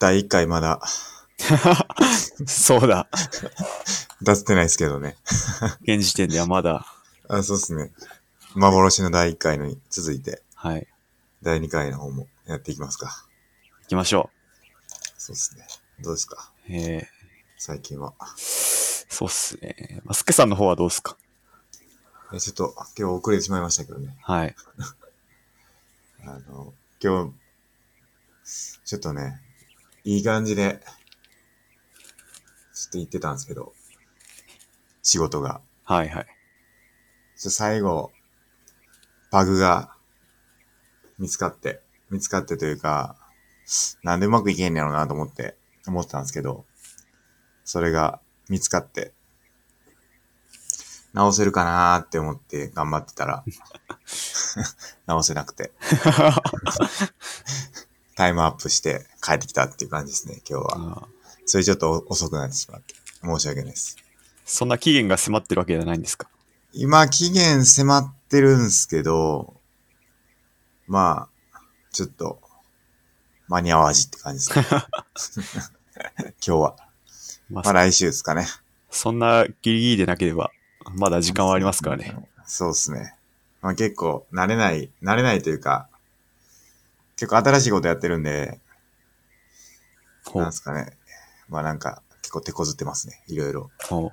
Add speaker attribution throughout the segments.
Speaker 1: 第1回まだ
Speaker 2: そうだ。
Speaker 1: 出せてないですけどね。
Speaker 2: 現時点ではまだ。
Speaker 1: あ、そうっすね。幻の第1回のに続いて、
Speaker 2: はい。
Speaker 1: 第2回の方もやっていきますか。
Speaker 2: 行きましょ
Speaker 1: そうっすね。どうですか
Speaker 2: う。えー、
Speaker 1: 最近は。
Speaker 2: そうっすね。マスケさんの方はどうっすか
Speaker 1: えちょっと、今日遅れてしまいましたけどね。
Speaker 2: はい。
Speaker 1: あの、今日、ちょっとね、いい感じで、ちょっと行ってたんですけど、仕事が。
Speaker 2: はいはい。
Speaker 1: ちょ最後、バグが見つかって、見つかってというか、なんでうまくいけんねやろうなと思って、思ってたんですけど、それが見つかって、直せるかなーって思って頑張ってたら、 直せなくて、タイムアップして帰ってきたっていう感じですね、今日は。
Speaker 2: あー
Speaker 1: それちょっと遅くなってしまって、申し訳ないです。
Speaker 2: そんな期限が迫ってるわけじゃないんですか
Speaker 1: 今、期限迫ってるんすけど、まあ、ちょっと、間に合わじって感じです ね。今日は。ま
Speaker 2: ま
Speaker 1: あ
Speaker 2: あ、
Speaker 1: 来週ですかね。
Speaker 2: そんなギリギリでなければ、まだ時間はありますからね。。
Speaker 1: そうですね。まあ結構、慣れない、慣れないというか、結構新しいことやってるんで、
Speaker 2: ほ
Speaker 1: なん
Speaker 2: う
Speaker 1: ですかね。まあなんか、結構手こずってますね。いろいろ。
Speaker 2: ほう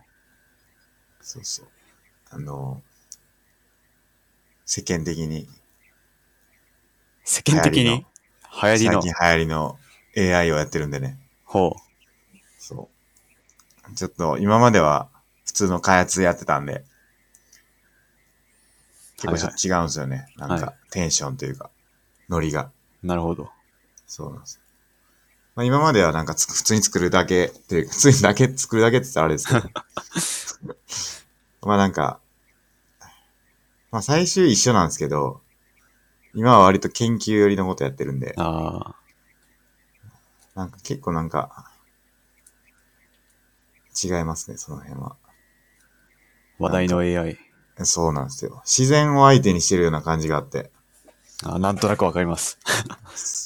Speaker 1: そうそう。あの、世間的に、
Speaker 2: 世間的に流行
Speaker 1: 最
Speaker 2: り
Speaker 1: 近
Speaker 2: の
Speaker 1: 流行りの AI をやってるんでね。
Speaker 2: ほ
Speaker 1: そう。ちょっと今までは普通の開発やってたんで、結構ちょっと違うんですよね。
Speaker 2: い
Speaker 1: なんかテンションというか、ノリが。
Speaker 2: う。なるほど。
Speaker 1: そうなんですよ。まあ、今まではなんかつ普通に作るだけっていうか、普 通にだけ作るだけって言ったらあれですけど。 まあなんか、まあ最終一緒なんですけど、今は割と研究寄りのことやってるんで、
Speaker 2: あ
Speaker 1: なんか結構なんか、違いますね、その辺は。
Speaker 2: あ、話題の AI。
Speaker 1: そうなんですよ。自然を相手にしてるような感じがあって、
Speaker 2: あーなんとなくわかります。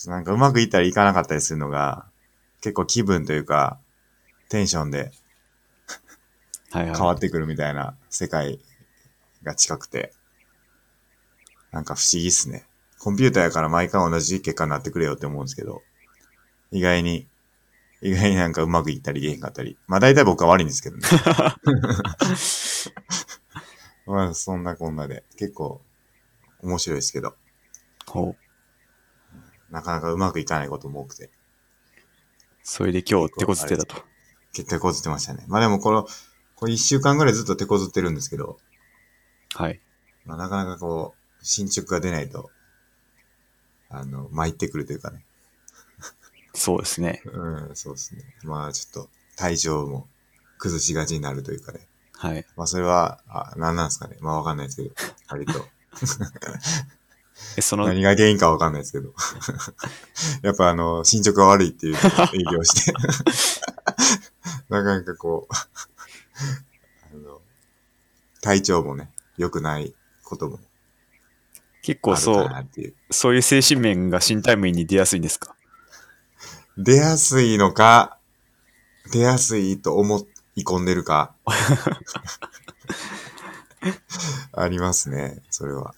Speaker 1: なんかうまくいったりいかなかったりするのが、結構気分というか、テンションで
Speaker 2: はい
Speaker 1: 変わ
Speaker 2: は
Speaker 1: ってくるみたいな世界が近くて、なんか不思議っすね。コンピューターやから毎回同じ結果になってくれよって思うんですけど、意外に、意外になんかうまくいったりできへんかったり。まあ大体僕は悪いんですけどね。 まあそんなこんなで、結構面白いですけど。
Speaker 2: い。ほう。
Speaker 1: なかなかうまくいかないことも多くて、
Speaker 2: それで今日手こずってたと。
Speaker 1: 結構手こずってましたね。まあでもこの、これ一週間ぐらいずっと手こずってるんですけど、
Speaker 2: はい。
Speaker 1: まあなかなかこう、進捗が出ないと、あの、参ってくるというかね。
Speaker 2: そうですね。
Speaker 1: うん、そうですね。まあちょっと、体調も崩しがちになるというかね。
Speaker 2: はい。
Speaker 1: まあそれは、あ、なんなんですかね。まあわかんないですけど、割と。
Speaker 2: え、その、
Speaker 1: 何が原因かわかんないですけど。 やっぱあの、進捗が悪いっていう営業して。 なかなかこう、あの、体調もね、良くないことも
Speaker 2: 結
Speaker 1: あ
Speaker 2: 構
Speaker 1: る
Speaker 2: そ
Speaker 1: か
Speaker 2: う、
Speaker 1: なっていう。
Speaker 2: そういう精神面が新タイムに出やすいんですか
Speaker 1: 出やすいのか、出やすいと思い込んでる か。ありますね、それは。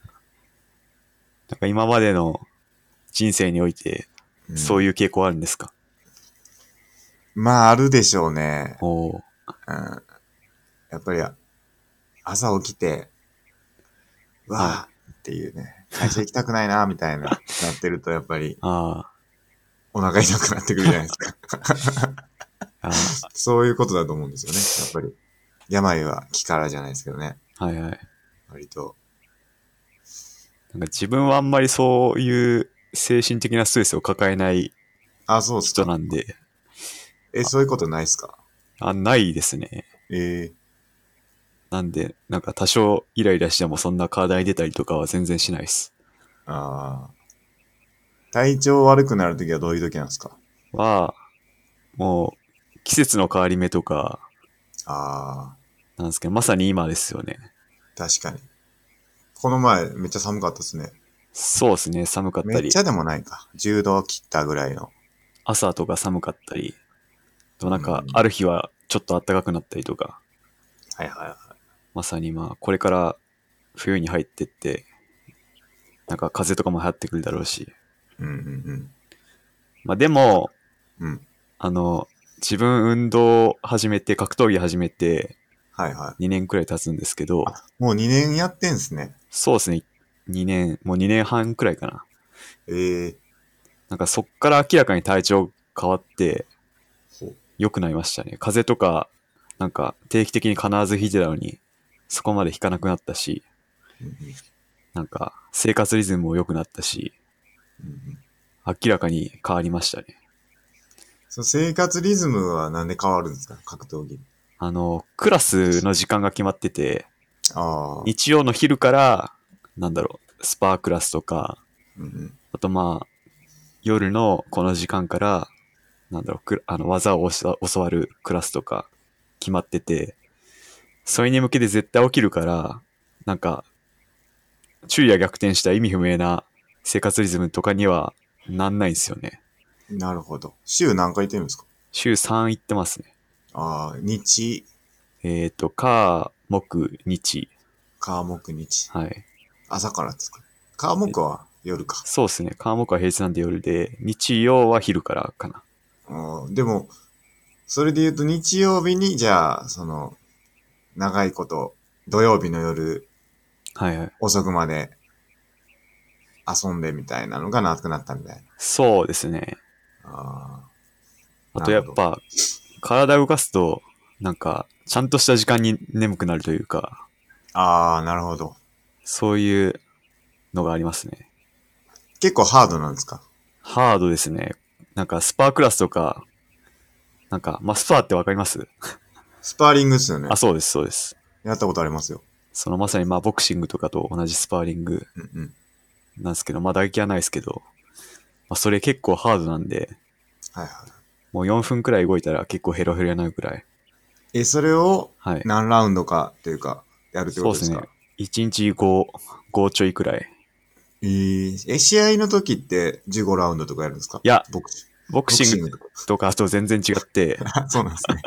Speaker 2: なんか今までの人生において、
Speaker 1: うん
Speaker 2: そういう傾向あるんですか、
Speaker 1: まあ、あるでしょうね。
Speaker 2: おー
Speaker 1: うんやっぱりあ、朝起きて、うわあっていうね、会社行きたくないな、みたいな、なってると、やっぱり、
Speaker 2: あ
Speaker 1: お腹痛くなってくるじゃないですか。
Speaker 2: ーあー、
Speaker 1: そういうことだと思うんですよね、やっぱり。病は気からじゃないですけどね、
Speaker 2: はいはい。なんか
Speaker 1: 割と。
Speaker 2: 自分はあんまりそういう精神的なストレスを抱えない
Speaker 1: あ、そうっす
Speaker 2: 人
Speaker 1: か。
Speaker 2: なんで、
Speaker 1: え、そういうことないっすか
Speaker 2: あ、ないですね。
Speaker 1: ええ
Speaker 2: なんで、なんか多少イライラしてもそんな課題出たりとかは全然しないです。
Speaker 1: ああ。体調悪くなるときはどういうときなんですか
Speaker 2: は、もう季節の変わり目とか、
Speaker 1: ああ、
Speaker 2: なんですけど、まさに今ですよね。
Speaker 1: 確かに。この前、めっちゃ寒かったですね。
Speaker 2: そうですね、寒かった
Speaker 1: めっ
Speaker 2: り
Speaker 1: ち。ゃでもないか。10度切ったぐらいの。
Speaker 2: 朝とか寒かったり、でもなんか
Speaker 1: うん
Speaker 2: ある日はちょっと暖かくなったりとか、
Speaker 1: はいはいは
Speaker 2: まさにまあこれから冬に入ってって、なんか風邪とかも流行ってくるだろうし、
Speaker 1: い。うんうん
Speaker 2: まあでも、
Speaker 1: うん。うん。
Speaker 2: あの、自分運動始めて、格闘技始めて
Speaker 1: はいは
Speaker 2: 2年くらい経つんですけど、
Speaker 1: い。もう2年やってんすね。
Speaker 2: そうですね、2年、もう2年半くらいかな。
Speaker 1: ええ
Speaker 2: なんかそっから明らかに体調変わって
Speaker 1: ほう
Speaker 2: 良くなりましたね。風邪とか、なんか定期的に必ずひいてたのに、そこまで引かなくなったし、
Speaker 1: うんうん
Speaker 2: なんか生活リズムも良くなったし、
Speaker 1: うんうん
Speaker 2: 明らかに変わりましたね。
Speaker 1: その生活リズムはなんで変わるんですか格闘技。
Speaker 2: あの、クラスの時間が決まってて、
Speaker 1: ああ。
Speaker 2: 日曜の昼から、なんだろう、スパークラスとか、
Speaker 1: うんうん
Speaker 2: あとまあ、夜のこの時間から、なんだろう、くあの技を教わ教わるクラスとか決まってて、それに向けて絶対起きるから、なんか、昼夜逆転した意味不明な生活リズムとかにはなんないんですよね。
Speaker 1: なるほど。週何回行ってるんですか
Speaker 2: 週3行ってますね。
Speaker 1: ああ、日、
Speaker 2: えっ、ー、と、火、木、日。
Speaker 1: 火木日。
Speaker 2: はい。
Speaker 1: 朝からですか火木は夜か。
Speaker 2: そうですね。火木は平日なんで夜で、日曜は昼からかな。
Speaker 1: あーでも、それで言うと日曜日に、じゃあ、その、長いこと、土曜日の夜
Speaker 2: はいはい。
Speaker 1: 遅くまで遊んでみたいなのが長くなったみたいな。
Speaker 2: そうですね。
Speaker 1: あ
Speaker 2: あとやっぱ、体動かすと、なんか、ちゃんとした時間に眠くなるというか、
Speaker 1: ーあー、なるほど。
Speaker 2: そういうのがありますね。
Speaker 1: 結構ハードなんですか
Speaker 2: ハードですね。なんか、スパークラスとか、なんか、まあ、スパーってわかります
Speaker 1: スパーリングですよね
Speaker 2: あ、。そうです、そうです。
Speaker 1: やったことありますよ。
Speaker 2: そのまさにまあ、ボクシングとかと同じスパーリング
Speaker 1: うんうん。
Speaker 2: なんですけど、まあ、打撃はないですけど、まあ、それ結構ハードなんで、
Speaker 1: はいはい。
Speaker 2: もう4分くらい動いたら結構ヘロヘロになるくらい。
Speaker 1: え、それを
Speaker 2: はい。
Speaker 1: 何ラウンドかっていうか、やるって
Speaker 2: そ
Speaker 1: こ
Speaker 2: う
Speaker 1: と
Speaker 2: で
Speaker 1: ですす
Speaker 2: ね
Speaker 1: か。
Speaker 2: 1日5、5ちょいくらい。
Speaker 1: えーえ、試合の時って15ラウンドとかやるんですか
Speaker 2: いや、
Speaker 1: ボクシ
Speaker 2: ボクシング
Speaker 1: ボクシングと
Speaker 2: とかと全然違って、
Speaker 1: か。 そうなんですね。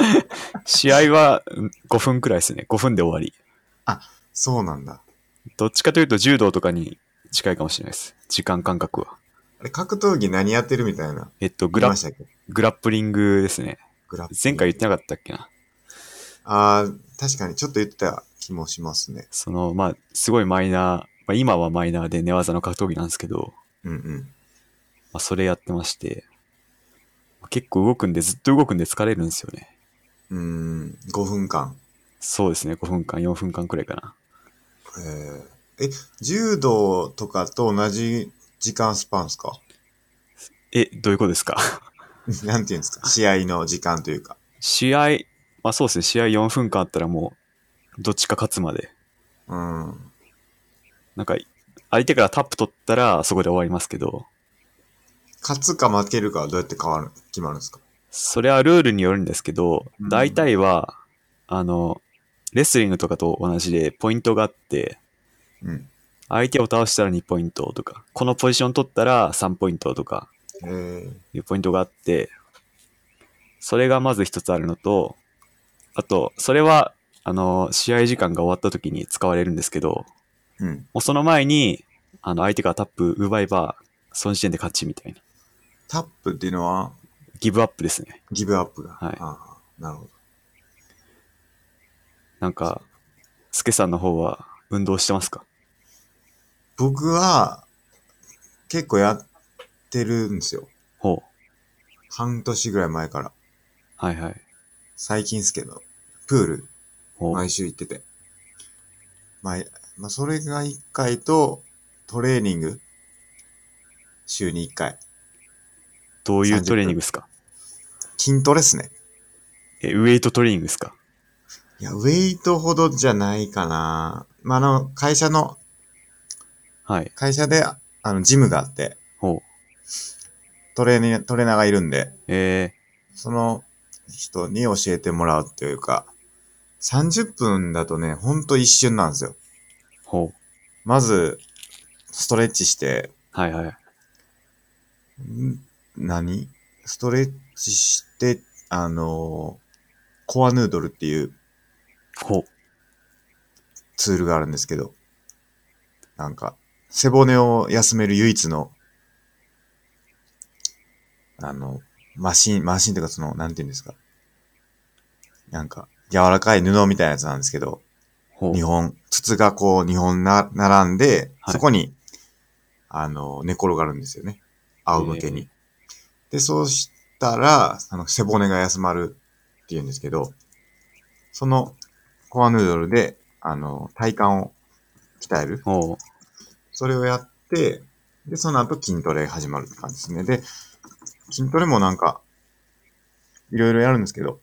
Speaker 2: 試合はうん5分くらいですね。5分で終わり。
Speaker 1: そうなんだ。
Speaker 2: どっちかというと柔道とかに近いかもしれないです。時間感覚は。
Speaker 1: あれ、格闘技何やってるみたいな。
Speaker 2: えっと、
Speaker 1: 言
Speaker 2: グ
Speaker 1: い
Speaker 2: ラ
Speaker 1: ましたっけ
Speaker 2: グラップリングですね。
Speaker 1: グラップ
Speaker 2: 前回言ってなかったっけな。
Speaker 1: ああ、確かにちょっと言ってた気もしますね。
Speaker 2: その、まあ、すごいマイナー、まあ、今はマイナーで寝技の格闘技なんですけど、
Speaker 1: うんうん。
Speaker 2: まあ、それやってまして、結構動くんで、ずっと動くんで疲れるんですよね。
Speaker 1: うーん、5分間。
Speaker 2: そうですね。5分間、4分間くらいかな。
Speaker 1: えー、え、柔道とかと同じ時間スパンですか
Speaker 2: え、どういうことですか
Speaker 1: なんていうんですか試合の時間というか。
Speaker 2: 試合、まあそうですね。試合4分間あったらもう、どっちか勝つまで
Speaker 1: うん。
Speaker 2: なんか、相手からタップ取ったら、そこで終わりますけど、
Speaker 1: 勝つか負けるかはどうやって変わる、決まるんですか
Speaker 2: それはルールによるんですけど
Speaker 1: う、ん
Speaker 2: 大体は、あの、レスリングとかと同じで、ポイントがあって、
Speaker 1: うん。
Speaker 2: 相手を倒したら2ポイントとか、このポジション取ったら3ポイントとか、
Speaker 1: えー、
Speaker 2: いうポイントがあって、それがまず一つあるのと、あと、それは、あの、試合時間が終わった時に使われるんですけど、
Speaker 1: うん。
Speaker 2: もうその前に、あの、相手からタップ奪えば、その時点で勝ちみたいな。
Speaker 1: タップっていうのは
Speaker 2: ギブアップですね。
Speaker 1: ギブアップが。
Speaker 2: はい
Speaker 1: あーなるほど。
Speaker 2: なんか、スケさんの方は運動してますか
Speaker 1: 僕は結構やってるんですよ。
Speaker 2: ほう。
Speaker 1: 半年ぐらい前から。
Speaker 2: はいはい。
Speaker 1: 最近っすけど、プール
Speaker 2: ほう。
Speaker 1: 毎週行ってて。まあ、まあ、それが一回と、トレーニング、週に一回。
Speaker 2: どういう
Speaker 1: 30
Speaker 2: トレーニングですか
Speaker 1: 筋トレっすね。
Speaker 2: え、ウェイトトレーニングですか
Speaker 1: いや、ウェイトほどじゃないかな。まあ、あの、会社の、
Speaker 2: はい。
Speaker 1: 会社で、あの、ジムがあって、
Speaker 2: ほう。
Speaker 1: トレーニング、トレーナーがいるんで、
Speaker 2: え
Speaker 1: その人に教えてもらうっていうか、30分だとね、ほんと一瞬なんですよ。
Speaker 2: ー、ほう。
Speaker 1: まず、ストレッチして、
Speaker 2: はいはい。
Speaker 1: ん何ストレッチして、あのーコアヌードルっていう
Speaker 2: ほう。
Speaker 1: ツールがあるんですけど、なんか、背骨を休める唯一の、あの、マシン、マシンというかその、なんていうんですか。なんか、柔らかい布みたいなやつなんですけど、
Speaker 2: ほう
Speaker 1: 日。本、筒がこう2本な、並んで、
Speaker 2: はい
Speaker 1: そこに、あの、寝転がるんですよね。仰向けに。で、そうしたら、あの、背骨が休まるっていうんですけど、そのコアヌードルで、あの、体幹を鍛える。
Speaker 2: ほう。
Speaker 1: それをやって、で、その後筋トレ始まるって感じですね。で、筋トレもなんか、いろいろやるんですけど、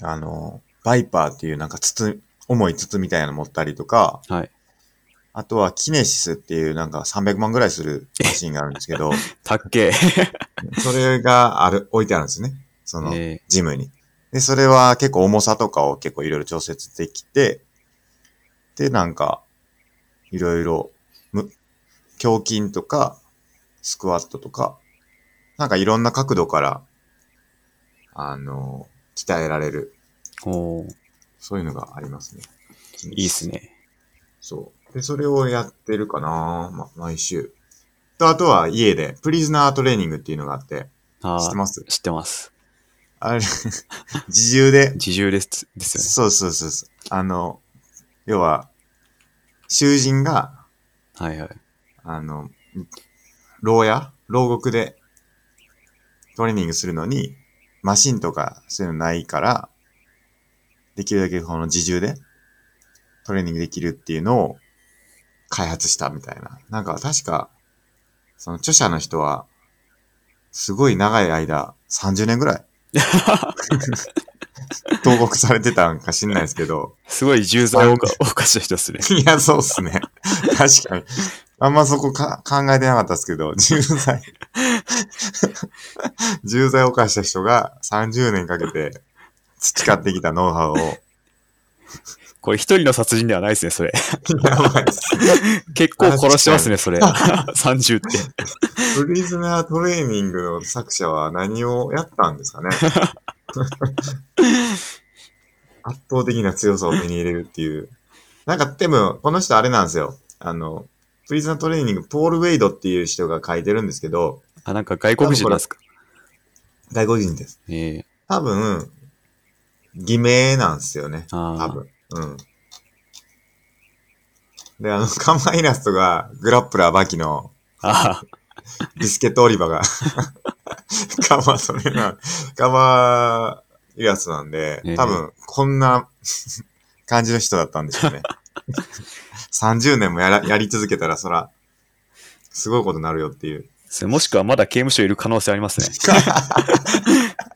Speaker 1: あの、バイパーっていうなんか筒、重い筒みたいなの持ったりとか、
Speaker 2: はい。
Speaker 1: あとはキネシスっていうなんか300万ぐらいするマシンがあるんです けど、
Speaker 2: たっけ
Speaker 1: それがある、置いてあるんですね。その、
Speaker 2: え
Speaker 1: ジムに。で、それは結構重さとかを結構いろいろ調節できて、で、なんか、いろいろ、む、胸筋とか、スクワットとか、なんかいろんな角度から、あの、鍛えられる、
Speaker 2: ー、ほう。
Speaker 1: そういうのがありますね。
Speaker 2: いいっすね。
Speaker 1: そう。で、それをやってるかな、ま、毎週。と、あとは家で、プリズナートレーニングっていうのがあって、
Speaker 2: あ
Speaker 1: 知って
Speaker 2: ー
Speaker 1: ます
Speaker 2: 知ってます。
Speaker 1: あれ、 自重で
Speaker 2: 自重ですですよね。
Speaker 1: そうそうそうそう。あの、要は、囚人が、
Speaker 2: はいはい。
Speaker 1: あの、牢屋牢獄でトレーニングするのに、マシンとかそういうのないから、できるだけこの自重でトレーニングできるっていうのを開発したみたいな。なんか確か、その著者の人は、すごい長い間、30年ぐ らい、投獄されてたんか知んないですけど、
Speaker 2: すごい重罪を犯 犯した人です ね。
Speaker 1: いや、そうっすね。確かに。あんまそこか考えてなかったですけど、重 罪。重罪を犯した人が30年かけて培ってきたノウハウを、
Speaker 2: これ一人の殺人ではないですね、それ。
Speaker 1: やばいっすね。
Speaker 2: 結構殺してますね、それ。30って。
Speaker 1: プリズナートレーニングの作者は何をやったんですかね 圧倒的な強さを手に入れるっていう。なんかでも、この人あれなんですよ。あの、プリズナートレーニング、ポール・ウェイドっていう人が書いてるんですけど、
Speaker 2: あ、なんか外国人なんですか。
Speaker 1: 外国人です。
Speaker 2: ええ
Speaker 1: 多分、偽名なんですよね。多
Speaker 2: あ
Speaker 1: 分。うん。で、あの、 看板イラストが、グラップラーバキの
Speaker 2: あ。あ
Speaker 1: ビスケットオリバが、 カバーそれな、カバーイラストなんで
Speaker 2: ええ、
Speaker 1: 多分、こんな感じの人だったんでしょう ね。30年もやらやり続けたら、そら、すごいことになるよっていう。
Speaker 2: あ。もしくはまだ刑務所いる可能性あ りますね。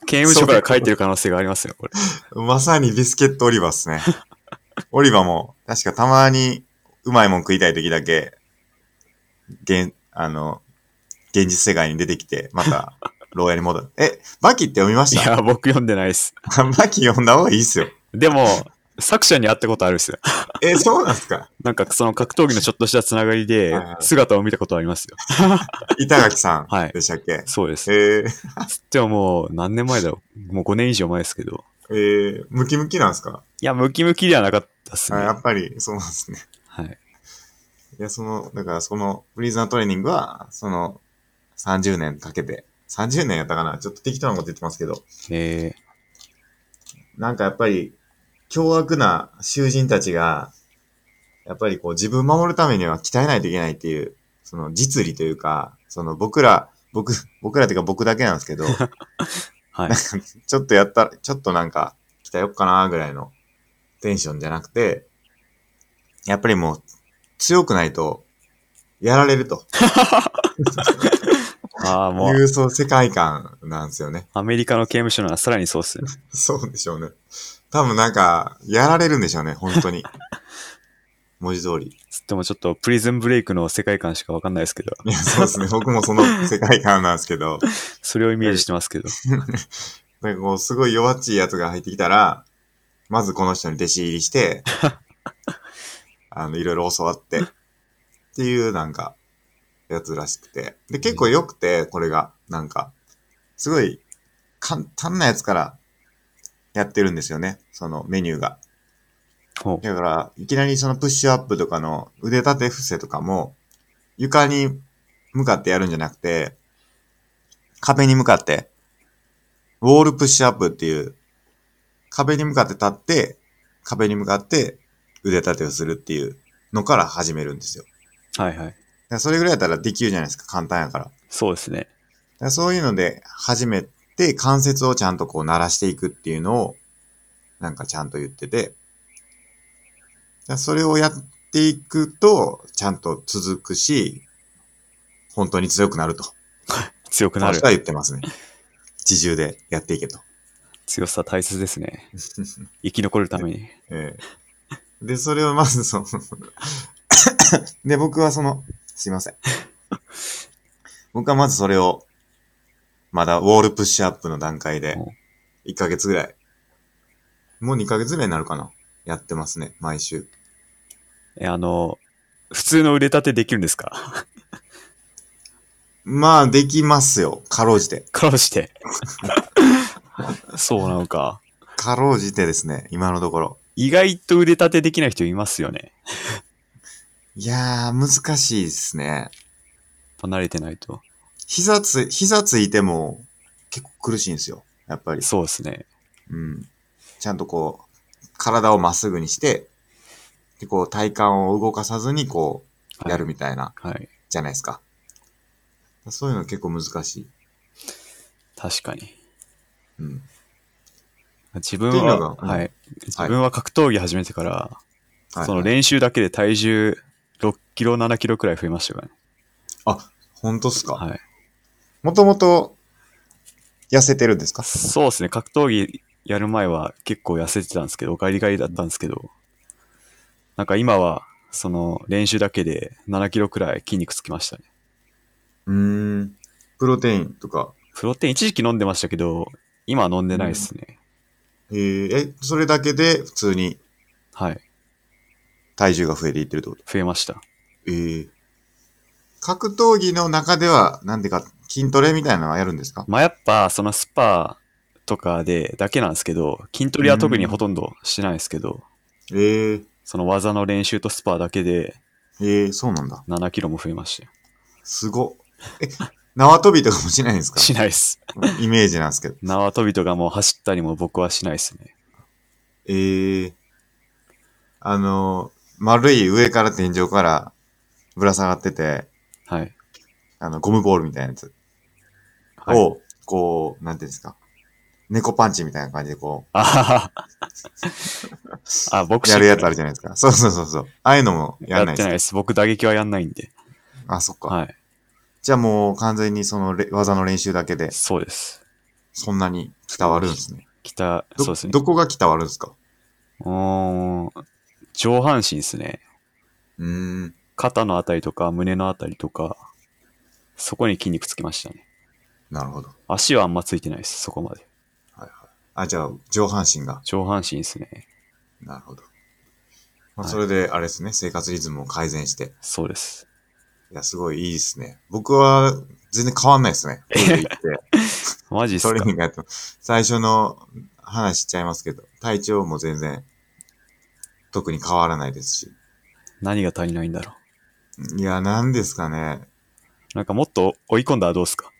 Speaker 2: 刑務所から帰ってる可能性がありますよ、これ。
Speaker 1: まさにビスケットオリバーっ すね。オリバーも、確かたまにうまいもん食いたい時だけ、現、あの、現実世界に出てきて、ま た、牢屋に戻る。え、バキって読みま
Speaker 2: い
Speaker 1: した
Speaker 2: や、僕読んでないです。
Speaker 1: バキ読んだ方がいいっすよ。
Speaker 2: でも、作者に会ったことあるんですよ。
Speaker 1: え、そうなんすか
Speaker 2: なんかその格闘技のちょっとしたつながりで
Speaker 1: はいはい、
Speaker 2: 姿を見たことありますよ。
Speaker 1: 板垣さ
Speaker 2: は
Speaker 1: ん
Speaker 2: い
Speaker 1: でしたっけ、
Speaker 2: そうです。
Speaker 1: えー、
Speaker 2: でももう何年前だろう。もう5年以上前ですけど。
Speaker 1: えー、ムキムキなんすか
Speaker 2: いや、ムキムキではなかったっす
Speaker 1: あ
Speaker 2: ね。
Speaker 1: やっぱり、そうなんですね。
Speaker 2: はい。
Speaker 1: いや、その、だからその、フリーザートレーニングは、その、30年かけて、30年やったかなちょっと適当なこと言ってますけど、
Speaker 2: え
Speaker 1: なんかやっぱり、凶悪な囚人たちが、やっぱりこう自分守るためには鍛えないといけないっていう、その実利というか、その僕ら、僕、僕らというか僕だけなんです けど、
Speaker 2: ー、はい。
Speaker 1: ちょっとやったら、ちょっとなんか鍛えよっかなぐらいのテンションじゃなくて、やっぱりもう強くないと、やられると
Speaker 2: ああ、も、
Speaker 1: いううそう世界観なんですよね。
Speaker 2: アメリカの刑務所ならさらにそうっすね。
Speaker 1: そうでしょうね。多分なんか、やられるんでしょうね、本当に。文字通り。
Speaker 2: つってもちょっとプリズンブレイクの世界観しかわかんないですけど、
Speaker 1: いや、そうですね。僕もその世界観なんですけど、
Speaker 2: それをイメージしてますけど。
Speaker 1: なんかこう、すごい弱っちいやつが入ってきたら、まずこの人に弟子入りして、あの、いろいろ教わって、っていうなんか、やつらしくて。で、結構良くて、これが、なんか、すごい簡単なやつからやってるんですよね。そのメニューが。
Speaker 2: ほう。
Speaker 1: だから、いきなりそのプッシュアップとかの腕立て伏せとかも、床に向かってやるんじゃなくて、壁に向かって、ウォールプッシュアップっていう、壁に向かって立って、壁に向かって腕立てをするっていうのから始めるんですよ。だか
Speaker 2: はいはい。
Speaker 1: らそれぐらいだったらできるじゃないですか、簡単やから。だか
Speaker 2: そうですね。
Speaker 1: らそういうので始めて、関節をちゃんとこう鳴らしていくっていうのを、なんかちゃんと言ってて、だからそれをやっていくと、ちゃんと続くし、本当に強くなると。
Speaker 2: 強くなる
Speaker 1: 私。は言ってますね。自重でやっていけと。
Speaker 2: 強さ大切ですね。生き残るために。
Speaker 1: ええで、それをまずその、で、僕はその、すいません。僕はまずそれを、まだウォールプッシュアップの段階で
Speaker 2: うん、
Speaker 1: 1ヶ月ぐらい、もう2ヶ月ぐらいになるかな。やってますね、毎週。
Speaker 2: え、あの、普通の腕立てできるんですか
Speaker 1: まあ、できますよ。かろうじて。
Speaker 2: かろして。そうなのか。
Speaker 1: かろうじてですね、今のところ。
Speaker 2: 意外と腕立てできない人いますよね。
Speaker 1: いやー、難しいですね。
Speaker 2: やっぱ慣れてないと。
Speaker 1: 膝つ、膝ついても、結構苦しいんですよ。やっぱり。
Speaker 2: そうですね。
Speaker 1: うん。ちゃんとこう、体をまっすぐにして、で、こう、体幹を動かさずに、こ
Speaker 2: は
Speaker 1: う、
Speaker 2: い
Speaker 1: やるみたいな、
Speaker 2: はい。
Speaker 1: じゃないですか。そういうの結構難しい。
Speaker 2: 確かに。
Speaker 1: うん。
Speaker 2: 自分
Speaker 1: っていうの
Speaker 2: は、
Speaker 1: がうん
Speaker 2: はい。自分は格闘技始めてから、
Speaker 1: はい
Speaker 2: その練習だけで体重6キロ、7キロくらい増えましたからね。
Speaker 1: あ、本当っすか。
Speaker 2: はい。
Speaker 1: もともと、痩せてるんですか
Speaker 2: そうですね。格闘技やる前は結構痩せてたんですけど、ガリガリだったんですけど、なんか今は、その練習だけで7キロくらい筋肉つきましたね。
Speaker 1: うーん。プロテインとか。
Speaker 2: プロテイン一時期飲んでましたけど、今は飲んでないですね。
Speaker 1: えーえ、それだけで普通に
Speaker 2: はい。
Speaker 1: 体重が増えていってるってこと
Speaker 2: 増えました。
Speaker 1: えー格闘技の中では、なんていうか、筋トレみたいなのはやるんですか
Speaker 2: まあやっぱ、そのスパとかでだけなんですけど、筋トレは特にほとんどしてないですけど、
Speaker 1: えー、
Speaker 2: その技の練習とスパだけで
Speaker 1: えー、そうなんだ。
Speaker 2: 7キロも増えましたよ。
Speaker 1: すごっ。え、縄跳びとかもしないんですか
Speaker 2: しないです。
Speaker 1: イメージなんですけど。
Speaker 2: 縄跳びとかもう走ったりも僕はしないですね。
Speaker 1: えー、あの、丸い上から天井からぶら下がってて、
Speaker 2: はい。
Speaker 1: あの、ゴムボールみたいなやつ
Speaker 2: はい、
Speaker 1: を、こう、なんていうんですか。猫パンチみたいな感じでこ
Speaker 2: あ はは。あ、ボ
Speaker 1: う、
Speaker 2: クシン
Speaker 1: や
Speaker 2: グ
Speaker 1: るやつあるじゃないですか。そうそうそうそう。ああいうのもや
Speaker 2: や
Speaker 1: んない
Speaker 2: っ
Speaker 1: です
Speaker 2: てない
Speaker 1: か。
Speaker 2: です。僕、打撃はやんないんで。
Speaker 1: あ、そっか。
Speaker 2: はい。
Speaker 1: じゃあもう完全にそのれ技の練習だけで、
Speaker 2: そうです。
Speaker 1: そんなに伝わるんですね。
Speaker 2: 北、
Speaker 1: ど
Speaker 2: そうですね。
Speaker 1: どこが伝わるんですか
Speaker 2: うーん。上半身ですね。
Speaker 1: うーん。
Speaker 2: 肩のあたりとか、胸のあたりとか、そこに筋肉つきましたね。
Speaker 1: なるほど。
Speaker 2: 足はあんまついてないです。そこまで。
Speaker 1: あ、じゃあ、上半身が。
Speaker 2: 上半身ですね。
Speaker 1: なるほど。まあ、
Speaker 2: はい
Speaker 1: それで、あれですね、生活リズムを改善して。
Speaker 2: そうです。
Speaker 1: いや、すごいいいですね。僕は、全然変わんないですね。プール行って
Speaker 2: マジっ
Speaker 1: ト
Speaker 2: す
Speaker 1: レ
Speaker 2: か
Speaker 1: ーニングやっても。最初の話しちゃいますけど、体調も全然、特に変わらないですし。
Speaker 2: 何が足りないんだろ
Speaker 1: いや、なんですかね。
Speaker 2: う。なんかもっと追い込んだらどう すか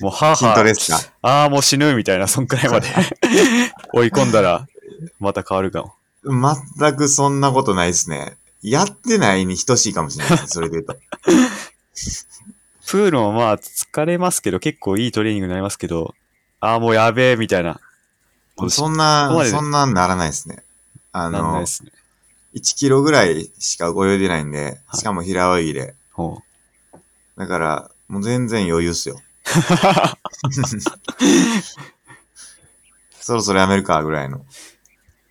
Speaker 2: もう、はあ
Speaker 1: 筋ト
Speaker 2: は
Speaker 1: レですか
Speaker 2: あ、ああ、もう死ぬみたいな、そんくらい まで追い込んだら、また変わるかも。
Speaker 1: 全くそんなことないですね。やってないに等しいかもしれないで すね。それで言うと。
Speaker 2: プールもまあ疲れますけど、結構いいトレーニングになりますけど、ああ、もうやべえ、みたいな。
Speaker 1: そん
Speaker 2: ここま
Speaker 1: な、
Speaker 2: で
Speaker 1: そんなんならないですね。あ
Speaker 2: なんない
Speaker 1: の
Speaker 2: で、すね。
Speaker 1: 1キロぐらいしか泳いでないんで、しかも平泳ぎで。
Speaker 2: ほう
Speaker 1: だから、もう全然余裕っす よ。 そろそろやめるか、ぐらいの。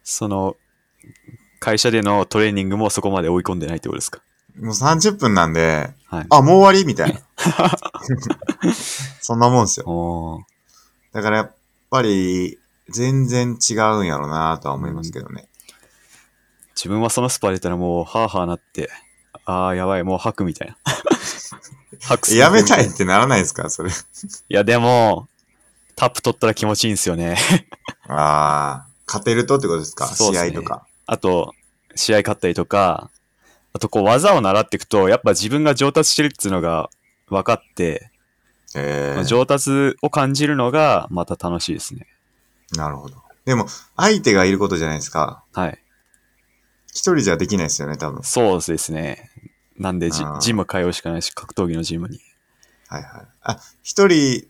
Speaker 2: その、会社でのトレーニングもそこまで追い込んでないってことですか
Speaker 1: もう30分なんで、
Speaker 2: はい。
Speaker 1: あ、もう終わりみたいな。そんな もんっすよ。
Speaker 2: おー
Speaker 1: だからやっぱり、全然違うんやろうなとは思いますけどね。
Speaker 2: 自分はそのスパ出たらもう、はあはあなって、ああ、やばい、もう 吐くみたいな。吐く
Speaker 1: えやめたい
Speaker 2: い
Speaker 1: ってならないですかそれ。
Speaker 2: や、でも、タップ取ったら気持ちいいんですよね。
Speaker 1: ああ、勝てるとってことですか
Speaker 2: そうっす
Speaker 1: 試
Speaker 2: ね
Speaker 1: 合とか。
Speaker 2: あと、試合勝ったりとか、あとこう技を習っていくと、やっぱ自分が上達してるっていうのが分かって、
Speaker 1: えー、
Speaker 2: 上達を感じるのがまた楽しいですね。
Speaker 1: なるほど。でも、相手がいることじゃないですか。
Speaker 2: はい。
Speaker 1: 一人じゃできないですよね、多分。
Speaker 2: そうですね。なんでジ
Speaker 1: あー
Speaker 2: ジム通うしかないし、格闘技のジムに。
Speaker 1: はいはい。あ、一人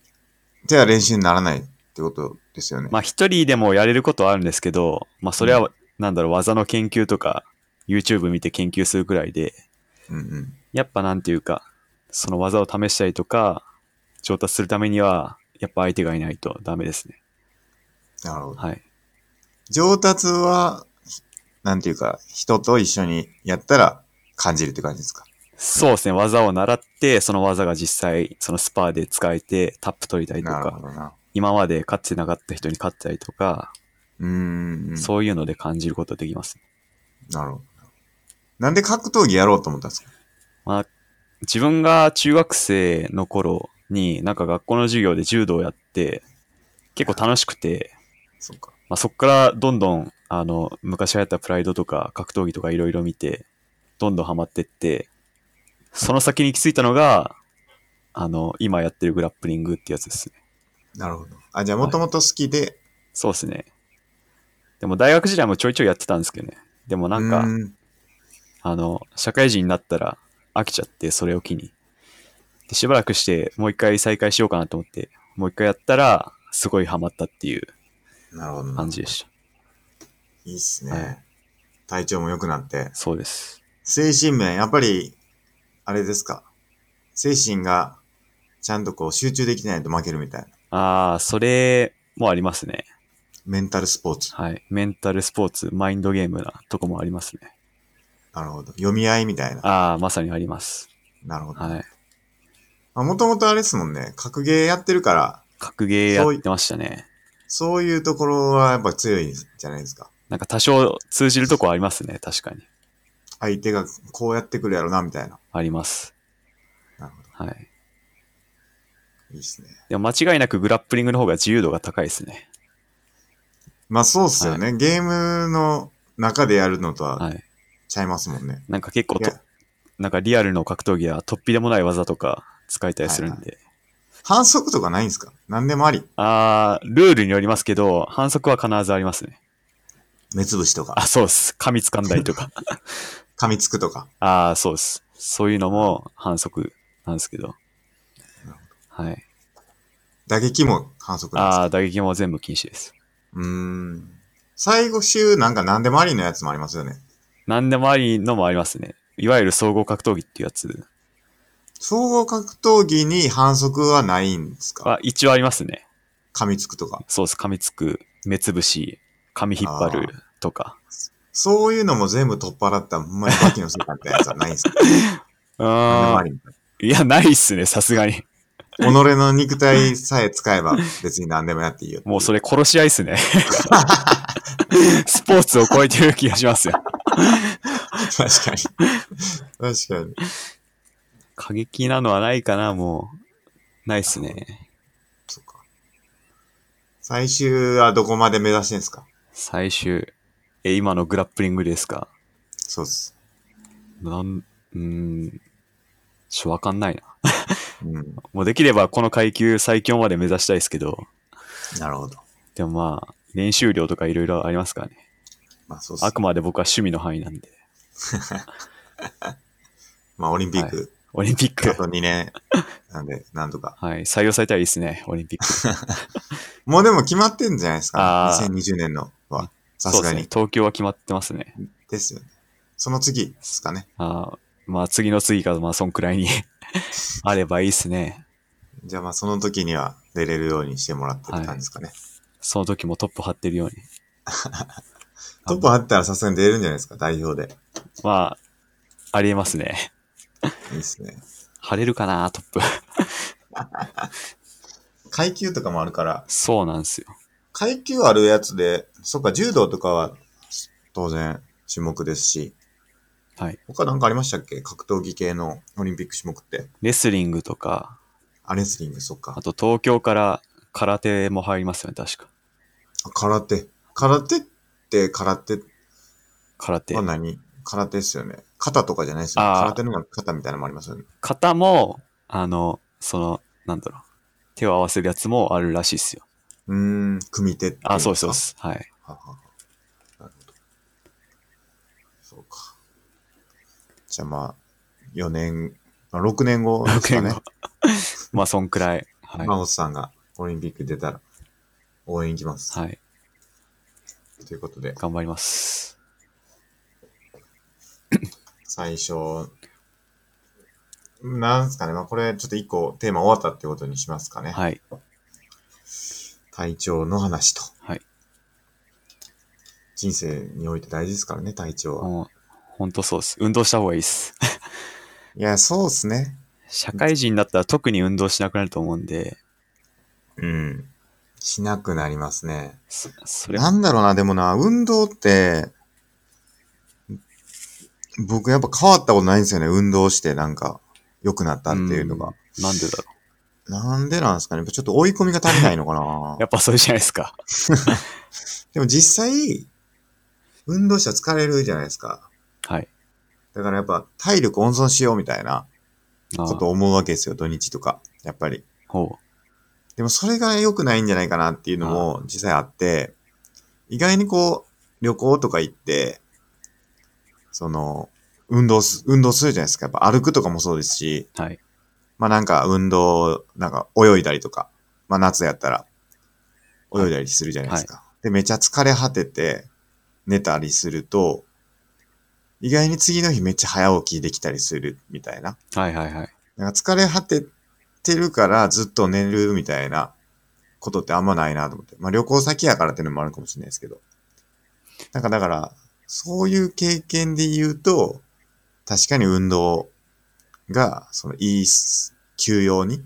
Speaker 1: では練習にならないってことですよね。
Speaker 2: まあ一人でもやれることはあるんですけど、まあそれは、なんだろう、技の研究とか、YouTube 見て研究するくらいで、
Speaker 1: うんうん。
Speaker 2: やっぱなんていうか、その技を試したりとか、上達するためには、やっぱ相手がいないとダメですね。
Speaker 1: なるほど。
Speaker 2: はい。
Speaker 1: 上達は、なんていうか、人と一緒にやったら感じるって感じですか。
Speaker 2: そうですね、技を習って、その技が実際、そのスパーで使えて、タップ取りたりと
Speaker 1: なるほ
Speaker 2: か、
Speaker 1: どな。
Speaker 2: 今まで勝ってなかった人に勝ったりとか、
Speaker 1: うーん。
Speaker 2: そういうので感じることできます。
Speaker 1: なるほど。なんで格闘技やろうと思ったんですか
Speaker 2: まあ、自分が中学生の頃に、なんか学校の授業で柔道をやって、結構楽しくて、
Speaker 1: そっか。
Speaker 2: まあ、そこからどんどん、あの、昔流行ったプライドとか格闘技とかいろいろ見て、どんどんハマってって、その先に行き着いたのが、あの、今やってるグラップリングってやつですね。
Speaker 1: なるほど。あ、じゃあもともと好きで、
Speaker 2: そうですね。でも大学時代もちょいちょいやってたんですけどね。でもなんか、
Speaker 1: うーん
Speaker 2: あの、社会人になったら飽きちゃって、それを機に。で、しばらくして、もう一回再開しようかなと思って、もう一回やったら、すごいハマったっていう
Speaker 1: なるほどな
Speaker 2: 感。じでした。
Speaker 1: いいっすね。
Speaker 2: はい
Speaker 1: 体調も良くなって。
Speaker 2: そうです。
Speaker 1: 精神面、やっぱり、あれですか。精神が、ちゃんとこう集中できないと負けるみたいな。
Speaker 2: ああ、それもありますね。
Speaker 1: メンタルスポーツ。
Speaker 2: はい。メンタルスポーツ、マインドゲームなとこもありますね。
Speaker 1: なるほど。読み合いみたいな。
Speaker 2: ああ、まさにあります。
Speaker 1: なるほど。
Speaker 2: はい。
Speaker 1: もともとあれですもんね。格ゲーやってるから、
Speaker 2: 格ゲーやってましたね。
Speaker 1: そういうところはやっぱ強いんじゃないですか。
Speaker 2: なんか多少通じるとこありますね。確かに。
Speaker 1: 相手がこうやってくるやろな、みたいな。
Speaker 2: あります。
Speaker 1: なるほ
Speaker 2: はい。
Speaker 1: ど。いいっすね。
Speaker 2: でも間違いなくグラップリングの方が自由度が高いですね。
Speaker 1: まあそうっすよね。ゲームの中でやるのとは
Speaker 2: はい。
Speaker 1: ちゃいますもんね。
Speaker 2: なんか結構
Speaker 1: い
Speaker 2: と
Speaker 1: や、
Speaker 2: なんかリアルの格闘技は突飛でもない技とか使えたりするんで。
Speaker 1: 反則とかないんすか何でもあり。
Speaker 2: ああ、ルールによりますけど、反則は必ずありますね。
Speaker 1: 目つぶしと
Speaker 2: あ、
Speaker 1: か、
Speaker 2: そうです。噛み掴んだりとか。
Speaker 1: 噛みつくとか。
Speaker 2: ああ、そうです。そういうのも反則なんですけど。はい。
Speaker 1: 打撃も反則なんです
Speaker 2: あ
Speaker 1: か
Speaker 2: あ、打撃も全部禁止です。
Speaker 1: うーん。最後週なんか何でもありのやつもありますよね。
Speaker 2: 何でもありのもありますね。いわゆる総合格闘技っていうやつ
Speaker 1: 総合格闘技に反則はないんですか
Speaker 2: は一応ありますね。
Speaker 1: 噛みつくとか。
Speaker 2: そうです。噛みつく、目つぶし、髪引っ張るとか。
Speaker 1: そういうのも全部取っ払った、ほんまにバキの世界ってやつはないんで すか
Speaker 2: う
Speaker 1: 何でも
Speaker 2: ー
Speaker 1: あ
Speaker 2: ん。
Speaker 1: りみたい
Speaker 2: いや、ないっすね、さすがに。
Speaker 1: な。己の肉体さえ使えば別に何でもやっていいよ。
Speaker 2: もうそれ殺し合いっ すね。スポーツを超えてる気がしますよ。
Speaker 1: 確かに。確かに。
Speaker 2: 過激なのはないかな、もう。ないっすね。
Speaker 1: そっか。最終はどこまで目指してんすか
Speaker 2: 最終。え、今のグラップリングですか
Speaker 1: そうっす。
Speaker 2: なん、うーん。ちょ、わかんないな。
Speaker 1: うん。
Speaker 2: もうできればこの階級最強まで目指したいですけど、
Speaker 1: なるほど。
Speaker 2: でもまあ、練習量とかいろいろありますからね。
Speaker 1: まあそうっす
Speaker 2: あ。くまで僕は趣味の範囲なんで。
Speaker 1: まあオリンピック、
Speaker 2: オリンピッ
Speaker 1: あ
Speaker 2: ク
Speaker 1: と。2年なんで、なんとか。
Speaker 2: はい。採用されたらいいですね、オリンピック。
Speaker 1: もうでも決まってんじゃないですか
Speaker 2: あ、ー
Speaker 1: ?2020 年のは。さ
Speaker 2: そ
Speaker 1: す
Speaker 2: うで
Speaker 1: が
Speaker 2: す
Speaker 1: に。
Speaker 2: ね。東京は決まってますね。
Speaker 1: ですよね。その次ですかね。
Speaker 2: あーまあ、次の次が、まあ、そんくらい にあればいいですね。
Speaker 1: じゃあまあその時には出れるようにしてもらってって感じですかね。
Speaker 2: その時もトップ張ってるように。
Speaker 1: トップ張ったらさすがに出れるんじゃないですか、代表で。
Speaker 2: まあ、ありえますね。
Speaker 1: いいっすね。
Speaker 2: 張れるかな、トップ。
Speaker 1: 階級とかもあるから、
Speaker 2: そうなんですよ。
Speaker 1: 階級あるやつで、そっか、柔道とかは当然種目ですし、
Speaker 2: はい。
Speaker 1: 他なんかありましたっけ格闘技系のオリンピック種目って。
Speaker 2: レスリングとか、
Speaker 1: アレスリング、そっか
Speaker 2: あ。と東京から空手も入りますよね、確か。
Speaker 1: あ空手。空手って空手
Speaker 2: 空手
Speaker 1: は。何空手ですよね。肩とかじゃないですよね。
Speaker 2: あー
Speaker 1: 空手の肩みたいなのもありますよね。
Speaker 2: 型も、あの、その、なんだろう。手を合わせるやつもあるらしいっすよ。
Speaker 1: うーん、組手っていんか。
Speaker 2: あ、そうです、そうです。はい。
Speaker 1: はははなるほど。そうか。じゃあまあ、4年、まあ、6年後ですかね。
Speaker 2: まあ、そんくらい。はい。
Speaker 1: 真帆さんがオリンピック出たら応援行きます。
Speaker 2: はい。
Speaker 1: ということで、
Speaker 2: 頑張ります。
Speaker 1: 最初、なんすかね。まあこれちょっと1個テーマ終わったってことにしますかね。
Speaker 2: はい。
Speaker 1: 体調の話と。
Speaker 2: はい
Speaker 1: 人生において大事ですからね、体調は。
Speaker 2: もう、ほんとそうです。運動した方がいいです。
Speaker 1: いや、そうっすね。
Speaker 2: 社会人になったら特に運動しなくなると思うんで、
Speaker 1: うん。しなくなりますね。
Speaker 2: そそれも
Speaker 1: なんだろうな、でもな、運動って、僕やっぱ変わったことないんですよね。運動してなんか良くなったっていうのが。
Speaker 2: うんなんでだろ
Speaker 1: なんでなんですかね。やっぱちょっと追い込みが足りないのかな
Speaker 2: う。 や。っぱそれじゃないですか。
Speaker 1: でも実際、運動したら疲れるじゃないですか。
Speaker 2: はい。
Speaker 1: だからやっぱ体力温存しようみたいなこ
Speaker 2: ああ
Speaker 1: とを思うわけですよ、土日とか。やっぱり。
Speaker 2: ほ
Speaker 1: でもそれが良くないんじゃないかなっていうのも実際あって、意外にこう、旅行とか行って、その、運動す、運動するじゃないですか。やっぱ歩くとかもそうですし、
Speaker 2: う。はい。
Speaker 1: まあなんか運動、なんか泳いだりとか、まあ夏やったら泳いだりするじゃないですか。で、めちゃ疲れ果てて寝たりすると、意外に次の日めっちゃ早起きできたりするみたいな。
Speaker 2: はいはいはい。
Speaker 1: なんか疲れ果ててるからずっと寝るみたいなことってあんまないなと思って。まあ旅行先やからっていうのもあるかもしれないですけど。なんかだから、そういう経験で言うと、確かに運動が、そのいい休養に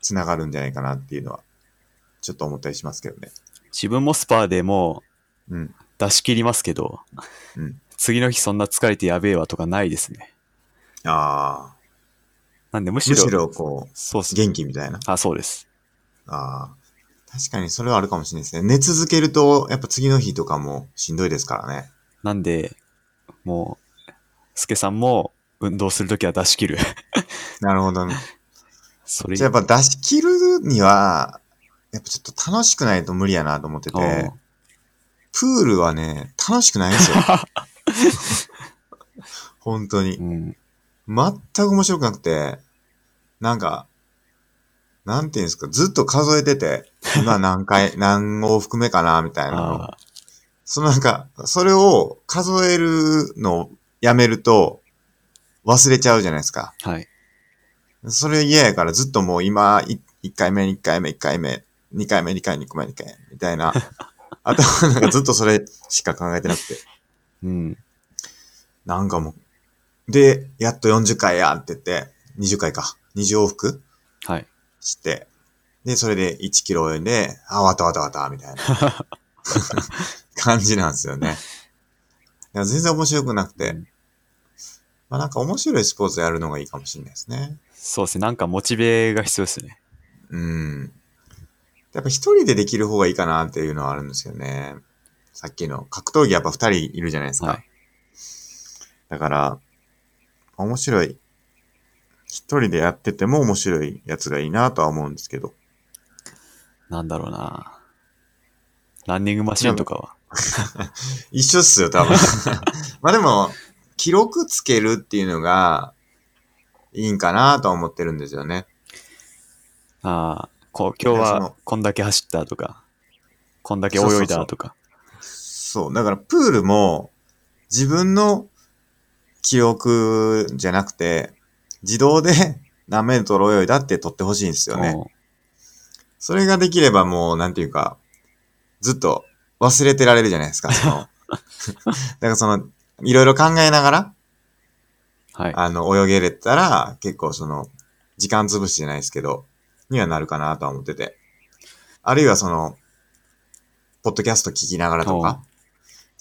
Speaker 1: つながるんじゃないかなっていうのは、ちょっと思ったりしますけどね。
Speaker 2: 自分もスパーでも
Speaker 1: うん。
Speaker 2: う出し切りますけど、
Speaker 1: うん
Speaker 2: 次の日そんな疲れてやべえわとかないですね。
Speaker 1: ああ。
Speaker 2: なんでむし
Speaker 1: む
Speaker 2: ろ、
Speaker 1: しろこ
Speaker 2: そうっ
Speaker 1: う、
Speaker 2: す。
Speaker 1: 元気みたいな。
Speaker 2: あ、そうです。
Speaker 1: ああ。確かにそれはあるかもしれないですね。寝続けると、やっぱ次の日とかもしんどいですからね。
Speaker 2: なんで、もう、スケさんも運動するときは出し切る。
Speaker 1: なるほど、ね。
Speaker 2: それ
Speaker 1: じゃあやっぱ出し切るには、やっぱちょっと楽しくないと無理やなと思ってて、
Speaker 2: う
Speaker 1: プールはね、楽しくないんで すよ。本当に。
Speaker 2: んうん。
Speaker 1: 全く面白くなくて、なんか、なんていうんですか、ずっと数えてて、今何 回、何往復目かな、みたいなのを
Speaker 2: ああ、
Speaker 1: そのなんか、それを数えるのをやめると、忘れちゃうじゃないですか。
Speaker 2: はい。
Speaker 1: それ嫌やからずっともう今、い一回目、一回目、一回目、二回目、二回目、二回目、二回目、みたいな。頭の中ずっとそれしか考えてなくて。
Speaker 2: うん。
Speaker 1: なんかもう。で、やっと40回やって言って、20回か。20往復
Speaker 2: はい。
Speaker 1: して。で、それで1キロ泳いで、あ、わたわたわた、みたいな感じなんですよね。いや全然面白くなくて。まあなんか面白いスポーツやるのがいいかもしれないですね。
Speaker 2: そうですね。なんかモチベが必要ですね。
Speaker 1: うん。やっぱ一人でできる方がいいかなっていうのはあるんですよね。さっきの格闘技やっぱ二人いるじゃないですか。
Speaker 2: はい。
Speaker 1: だから、面白い。一人でやってても面白いやつがいいなとは思うんですけど。
Speaker 2: なんだろうな。ランニングマシンとかは。
Speaker 1: 一緒っすよ、多分。まあでも、記録つけるっていうのがいいんかなとは思ってるんですよね。
Speaker 2: ああ、こう、今日
Speaker 1: いやそ
Speaker 2: は
Speaker 1: の
Speaker 2: こんだけ走ったとか、こんだけ泳いだとか。
Speaker 1: そう。だからプールも自分の記憶じゃなくて、自動で 何メートル泳いだって取ってほしいんですよね。
Speaker 2: うん
Speaker 1: それができればもう、なんていうか、ずっと忘れてられるじゃないですか。 そのだからその、いろいろ考えながら、
Speaker 2: はい。
Speaker 1: あの、泳げれたら、結構その、時間潰しじゃないですけど、にはなるかなとは思ってて。あるいはその、ポッドキャスト聞きながらと
Speaker 2: おう
Speaker 1: か。だか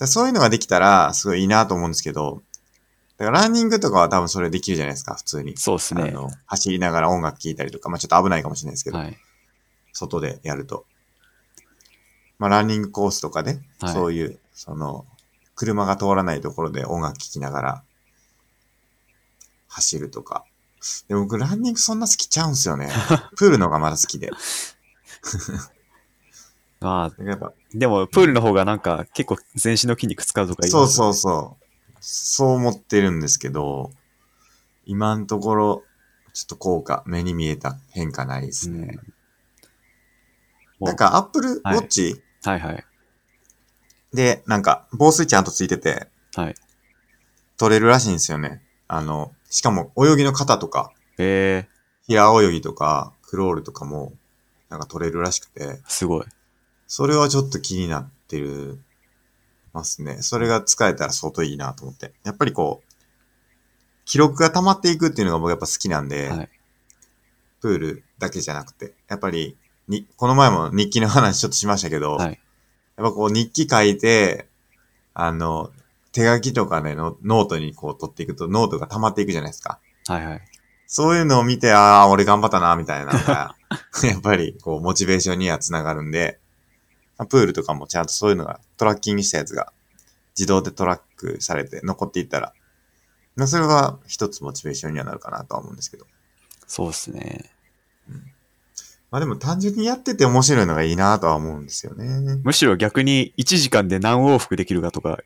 Speaker 1: らそういうのができたら、すごいいいなと思うんですけど、だからランニングとかは多分それできるじゃないですか、普通に。
Speaker 2: そうです
Speaker 1: あ
Speaker 2: ね。
Speaker 1: の、走りながら音楽聴いたりとか、まあちょっと危ないかもしれないですけど、
Speaker 2: はい。
Speaker 1: 外でやると。まあ、ランニングコースとかで、
Speaker 2: はい
Speaker 1: そういう、その、車が通らないところで音楽聴きながら、走るとか。で、僕、ランニングそんな好きちゃうんすよ ね。プールのがまだ好きで。
Speaker 2: まあ、
Speaker 1: やっぱ、
Speaker 2: でも、プールの方がなんか、結構全身の筋肉使うとか言い
Speaker 1: そ
Speaker 2: ま
Speaker 1: う
Speaker 2: す
Speaker 1: そ
Speaker 2: よね
Speaker 1: うそう。そう思ってるんですけど、今のところ、ちょっと効果、目に見えた変化ないですね。
Speaker 2: うん
Speaker 1: なんか、Apple
Speaker 2: はい
Speaker 1: Watch
Speaker 2: はいはい。
Speaker 1: で、なんか、防水ちゃんとついてて、
Speaker 2: はい。
Speaker 1: 取れるらしいんですよね。あの、しかも、泳ぎの型とか、
Speaker 2: えー、
Speaker 1: 平泳ぎとか、クロールとかも、なんか取れるらしくて、
Speaker 2: すごい。
Speaker 1: それはちょっと気になってる、ますね。それが使えたら相当いいなと思って。やっぱりこう、記録が溜まっていくっていうのが僕やっぱ好きなんで、
Speaker 2: はい
Speaker 1: プールだけじゃなくて、やっぱり、に、この前も日記の話ちょっとしましたけど、
Speaker 2: はい
Speaker 1: やっぱこう日記書いて、あの、手書きとかね、のノートにこう取っていくとノートが溜まっていくじゃないですか。
Speaker 2: はいはい。
Speaker 1: そういうのを見て、ああ、俺頑張ったな、みたいなの が、やっぱり、こう、モチベーションにはつながるんで、プールとかもちゃんとそういうのが、トラッキングしたやつが、自動でトラックされて残っていったら、まあそれが一つモチベーションにはなるかなとは思うんですけど。
Speaker 2: そうですね。
Speaker 1: まあでも単純にやってて面白いのがいいなとは思うんですよね。
Speaker 2: むしろ逆に1時間で何往復できるかとか、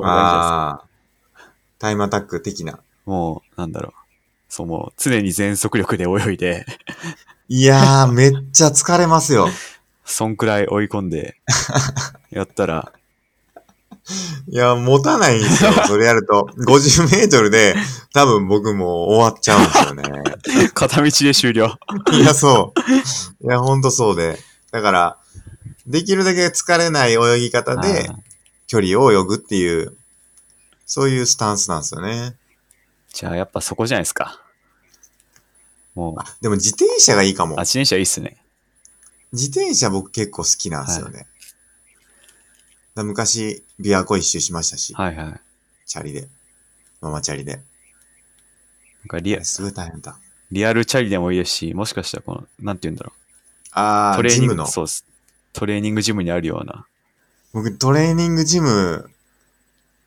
Speaker 1: ああ。タイムアタック的な。
Speaker 2: もう、なんだろう。そう、もう常に全速力で泳いで、
Speaker 1: いやー、めっちゃ疲れますよ。
Speaker 2: そんくらい追い込 んで、やったら、
Speaker 1: いや、持たないんですよ。それやると。50メートルで、多分僕もう終わっちゃうんですよね。
Speaker 2: 片道で終了。
Speaker 1: いや、そう。いや、ほんとそうで。だから、できるだけ疲れない泳ぎ方で
Speaker 2: あー、
Speaker 1: 距離を泳ぐっていう、そういうスタンスなんですよね。
Speaker 2: じゃあやっぱそこじゃないですか。もう、
Speaker 1: あでも自転車がいいかも
Speaker 2: あ、。自転車いいっすね。
Speaker 1: 自転車僕結構好きなんですよね。だ昔、琵琶湖一周しましたし、
Speaker 2: はいはい。なん
Speaker 1: チャリで。ママチャリで。
Speaker 2: かリア
Speaker 1: すごい大変だ。
Speaker 2: リアルチャリでもいいですし、もしかしたらこの、なんて言うんだろう。
Speaker 1: あ
Speaker 2: ト
Speaker 1: ー、
Speaker 2: レー
Speaker 1: ジ
Speaker 2: ニン
Speaker 1: ム
Speaker 2: グ
Speaker 1: の。
Speaker 2: そうっす。トレーニングジムにあるような。
Speaker 1: 僕、トレーニングジム、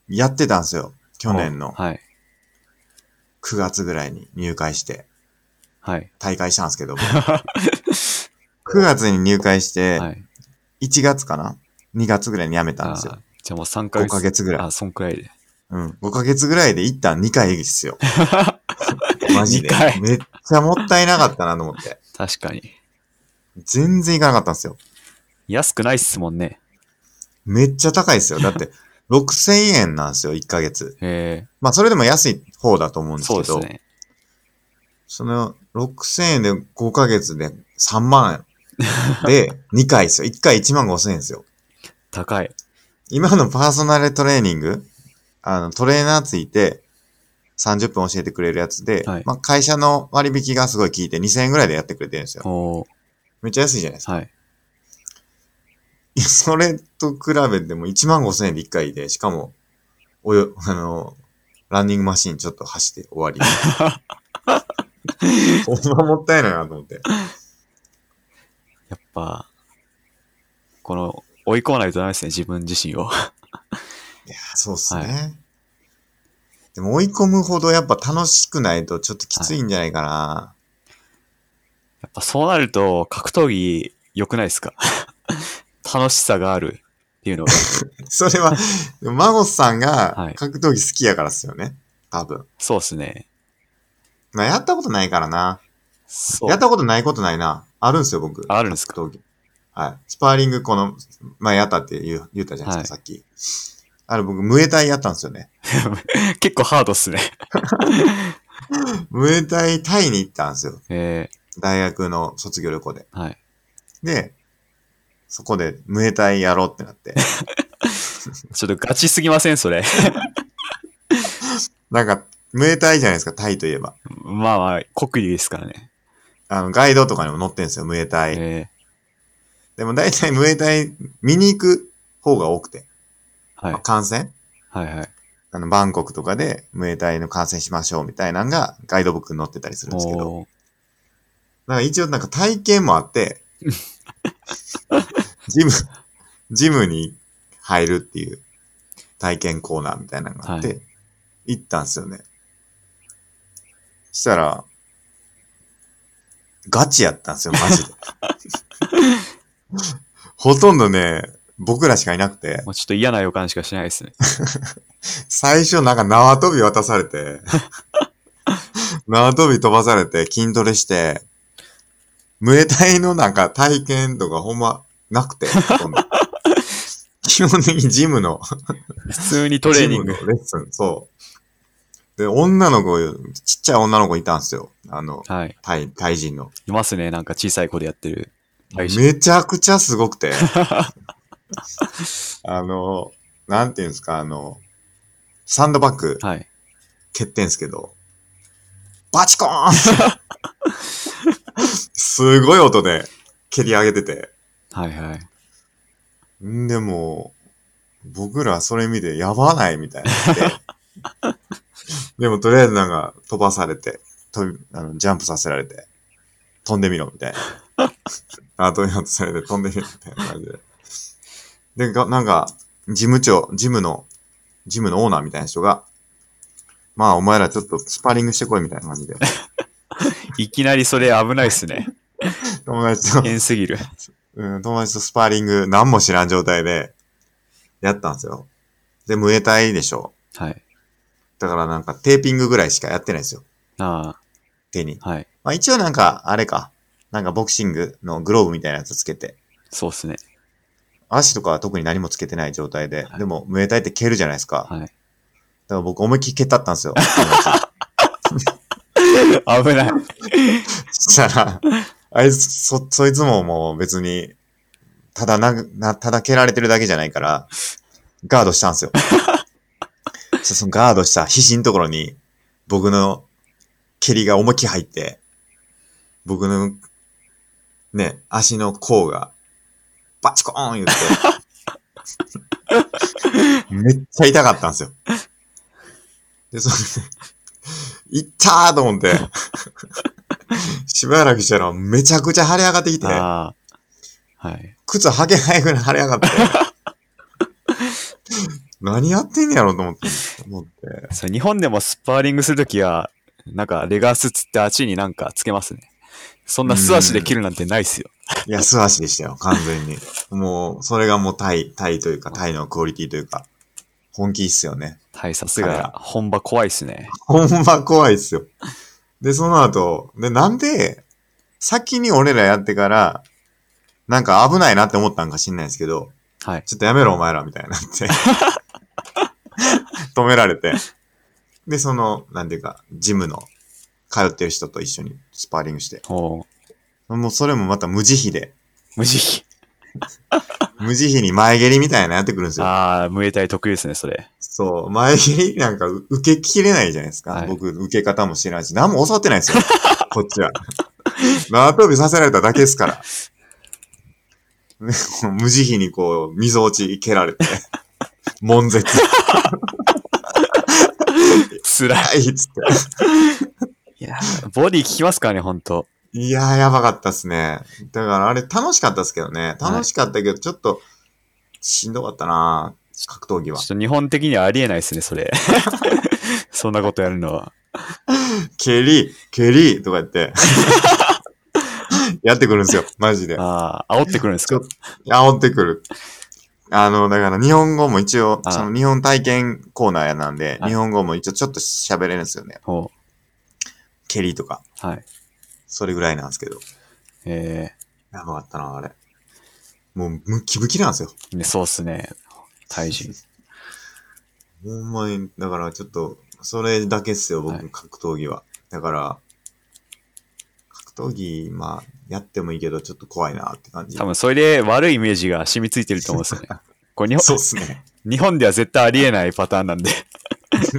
Speaker 1: やってたんですよ。去年の
Speaker 2: はい。
Speaker 1: 9月ぐらいに入会して。
Speaker 2: はい。
Speaker 1: 大会したんです けども。9月に入会して、
Speaker 2: はい。
Speaker 1: 1月かな ?2 月ぐらいに辞めたん
Speaker 2: あ
Speaker 1: ですよ
Speaker 2: ー。じゃあもう3ヶ
Speaker 1: 5
Speaker 2: 月。
Speaker 1: ヶ月ぐらい。
Speaker 2: あ、そんくらいで。
Speaker 1: うん。5ヶ月ぐらいで一旦2回です よ。マジで
Speaker 2: 二回。
Speaker 1: めっちゃもったいなかったなと思って。
Speaker 2: 確かに。
Speaker 1: 全然行かなかったんですよ。
Speaker 2: 安くないっすもんね。
Speaker 1: めっちゃ高いですよ。だって、6000円なんですよ、1ヶ月。
Speaker 2: え
Speaker 1: まあ、それでも安い方だと思うん
Speaker 2: ー、
Speaker 1: です
Speaker 2: そう
Speaker 1: け
Speaker 2: です
Speaker 1: ど、
Speaker 2: ね。
Speaker 1: その、6000円で5ヶ月で3万円 で2回ですよ。1回1万5000円ですよ。
Speaker 2: 高い。
Speaker 1: 今のパーソナルトレーニング、あの、トレーナーついて、30分教えてくれるやつで、
Speaker 2: はい
Speaker 1: まあ、会社の割引がすごい効いて2000円ぐらいでやってくれてるんですよ。
Speaker 2: おー
Speaker 1: めっちゃ安いじゃないですか。
Speaker 2: はい。
Speaker 1: いやそれと比べても1万5000円で1回で、しかも、およ、あの、ランニングマシンちょっと走って終 わり。ほんまもったいないなと思って。
Speaker 2: やっぱ、この、追い込まないとダメですね、自分自身を。
Speaker 1: いやー、そうっすね。
Speaker 2: は
Speaker 1: でも追い込むほどやっぱ楽しくないとちょっときついんじゃないかな。
Speaker 2: やっぱそうなると、格闘技良くないですか 楽しさがあるっていうのが。
Speaker 1: それは、マゴスさん
Speaker 2: は
Speaker 1: が
Speaker 2: い
Speaker 1: 格闘技好きやからっすよね。多分。
Speaker 2: そうですね。
Speaker 1: まあ、やったことないからな。
Speaker 2: そう
Speaker 1: やっ。たことないことないな。あるんすよ、僕。
Speaker 2: ああるんですか
Speaker 1: 格闘技。はい。スパーリング、この、前やったって言う、言ったじゃないですか、さっき。あれ、僕、ムエタイやったんですよね。
Speaker 2: 結構ハードっすね。
Speaker 1: ムエタイ、タイに行ったんですよ。
Speaker 2: え
Speaker 1: 大学の卒業旅行で。
Speaker 2: ー、はい。
Speaker 1: で、そこで、ムエタイやろうってなって。
Speaker 2: ちょっとガチすぎません、それ。
Speaker 1: なんか、ムエタイじゃないですか、タイといえば。
Speaker 2: まあまあ、国威ですからね。
Speaker 1: あの、ガイドとかにも載ってんですよ、ムエタイ。
Speaker 2: え
Speaker 1: でも大体ムエタイ見に行く方が多くて、
Speaker 2: ー、はい
Speaker 1: まあ、。観戦
Speaker 2: はいはい。
Speaker 1: あの、バンコクとかでムエタイの観戦しましょうみたいなのがガイドブックに載ってたりするんですけど、
Speaker 2: おー
Speaker 1: なんか一応なんか体験もあって、ジム、ジムに入るっていう体験コーナーみたいなのがあって、
Speaker 2: は
Speaker 1: 行ったんですよね。したら、ガチやったんですよ、マジで。ほとんどね、僕らしかいなくて、
Speaker 2: もうちょっと嫌な予感しかしない ですね。
Speaker 1: 最初なんか縄跳び渡され て、縄跳び飛ばされて筋トレして、ムエタイのなんか体験とかほんまなくて、ほ とんど基本的にジムの、
Speaker 2: 普通にトレーニング。
Speaker 1: ジムのレッスン、そう。で、女の子、ちっちゃい女の子いたんですよ。あの、
Speaker 2: はい。
Speaker 1: タイ、タイ人の。
Speaker 2: いますね。なんか小さい子でやってる。はい
Speaker 1: めちゃくちゃすご くて。あの、なんていうんですか、あの、サンドバッグ
Speaker 2: はい。
Speaker 1: 蹴ってんすけど、バチコーンすごい音で蹴り上げてて。
Speaker 2: はいはい。
Speaker 1: んでもう、僕らそれ見てやばないみたいになって。 でもとりあえずなんか飛ばされて、飛び、あの、ジャンプさせられて、飛んでみろみたいな。あ、飛びようとされて飛んでみろみたいな感じで。で、がなんか、事務長、ジムの、ジムのオーナーみたいな人が、まあお前らちょっとスパーリングしてこいみたいな感じで。
Speaker 2: いきなりそれ危ないっす ね。
Speaker 1: 友達と、
Speaker 2: 変すぎる。
Speaker 1: うん、友達とスパーリング何も知らん状態で、やったんですよ。で、ムエタイでしょ。
Speaker 2: はい。
Speaker 1: だからなんかテーピングぐらいしかやってないんですよ。
Speaker 2: あ
Speaker 1: 手に。
Speaker 2: あ、はい。
Speaker 1: まあ一応なんか、あれか。なんかボクシングのグローブみたいなやつつけて。
Speaker 2: そうっ すね。
Speaker 1: 足とかは特に何もつけてない状態で。
Speaker 2: はい
Speaker 1: でも、ムエタイって蹴るじゃないですか。だか
Speaker 2: はい。
Speaker 1: ら僕思いっきり蹴ったったん ですよ。
Speaker 2: 危ない。
Speaker 1: そしたら、あいつ、そ、そいつももう別に、ただな、な、ただ蹴られてるだけじゃないから、ガードしたんですよ。そそのガードした肘のところに、僕の蹴りが思いっきり入って、僕の、ね、足の甲が、バチコーン言って、めっちゃ痛かったんですよ。で、それで、いったーと思って、しばらくしたらめちゃくちゃ腫れ上がってきて、
Speaker 2: ああ。はい。
Speaker 1: 靴履けないぐらい腫れ上がって。何やってんねやろと思って、思って。
Speaker 2: そう、日本でもスパーリングするときは、なんかレガースつってあっちになんかつけますね。そんな素足で切るなんてないっすよ。
Speaker 1: いや、素足でしたよ、完全に。もう、それがもうタイ、タイというか、タイのクオリティというか、本気っすよね。
Speaker 2: はい、さす
Speaker 1: 彼ら
Speaker 2: が、本場怖いっすね。
Speaker 1: ほんま怖いっすよ。で、その後、で、なんで、先に俺らやってから、なんか危ないなって思ったんか知んないですけど、
Speaker 2: はい。
Speaker 1: ちょっとやめろ、お前ら、みたいになって。 止められて。で、その、なんていうか、ジムの、通ってる人と一緒にスパーリングして。
Speaker 2: おう
Speaker 1: もうそれもまた無慈悲で。
Speaker 2: 無慈
Speaker 1: 無慈悲に前蹴りみたいなのやってくるんです
Speaker 2: 悲。
Speaker 1: よ。
Speaker 2: ああ、ムエタイ得意ですね、それ。
Speaker 1: そう。前蹴りなんかう受けきれないじゃないですか。
Speaker 2: はい
Speaker 1: 僕、受け方も知らんし、何も教わってないんですよ。こっちは。 縄跳びさせられただけですから。 ねこう無慈悲にこう、溝落ち蹴られて、悶絶。
Speaker 2: 辛い。
Speaker 1: はい、つって。
Speaker 2: いやーボディ効きますからね、ほんと。
Speaker 1: いやー、やばかったっすね。だからあれ楽しかったっすけどね。楽しかったけど、ちょっと、しんどかったな格闘技
Speaker 2: ちょ
Speaker 1: は
Speaker 2: っ。と日本的にはありえないですね、それ。そんなことやるのは。
Speaker 1: ケリー、ケリーとか言って、 やってくるんですよ。マジで。
Speaker 2: ああ、煽ってくるんですか
Speaker 1: ちょ煽ってくる。あの、だから日本語も一応、
Speaker 2: あー
Speaker 1: その日本体験コーナーやなんで、
Speaker 2: はい
Speaker 1: 日本語も一応ちょっと喋れるんですよね。
Speaker 2: おう
Speaker 1: ケリーとか。
Speaker 2: はい。
Speaker 1: それぐらいなんですけど。
Speaker 2: え
Speaker 1: やばかったなあれ。もう、ムキムキなんですよ。
Speaker 2: ー、ね、そうっすね。対人。
Speaker 1: ほんまに、だからちょっと、それだけっすよ、僕、
Speaker 2: はい
Speaker 1: 格闘技は。だから、格闘技、まあ、やってもいいけど、ちょっと怖いなって感じ。
Speaker 2: 多分それで悪いイメージが染みついてると思うんですよね。これ日
Speaker 1: そう
Speaker 2: 本
Speaker 1: っすね。
Speaker 2: 日本では絶対ありえないパターンなんで。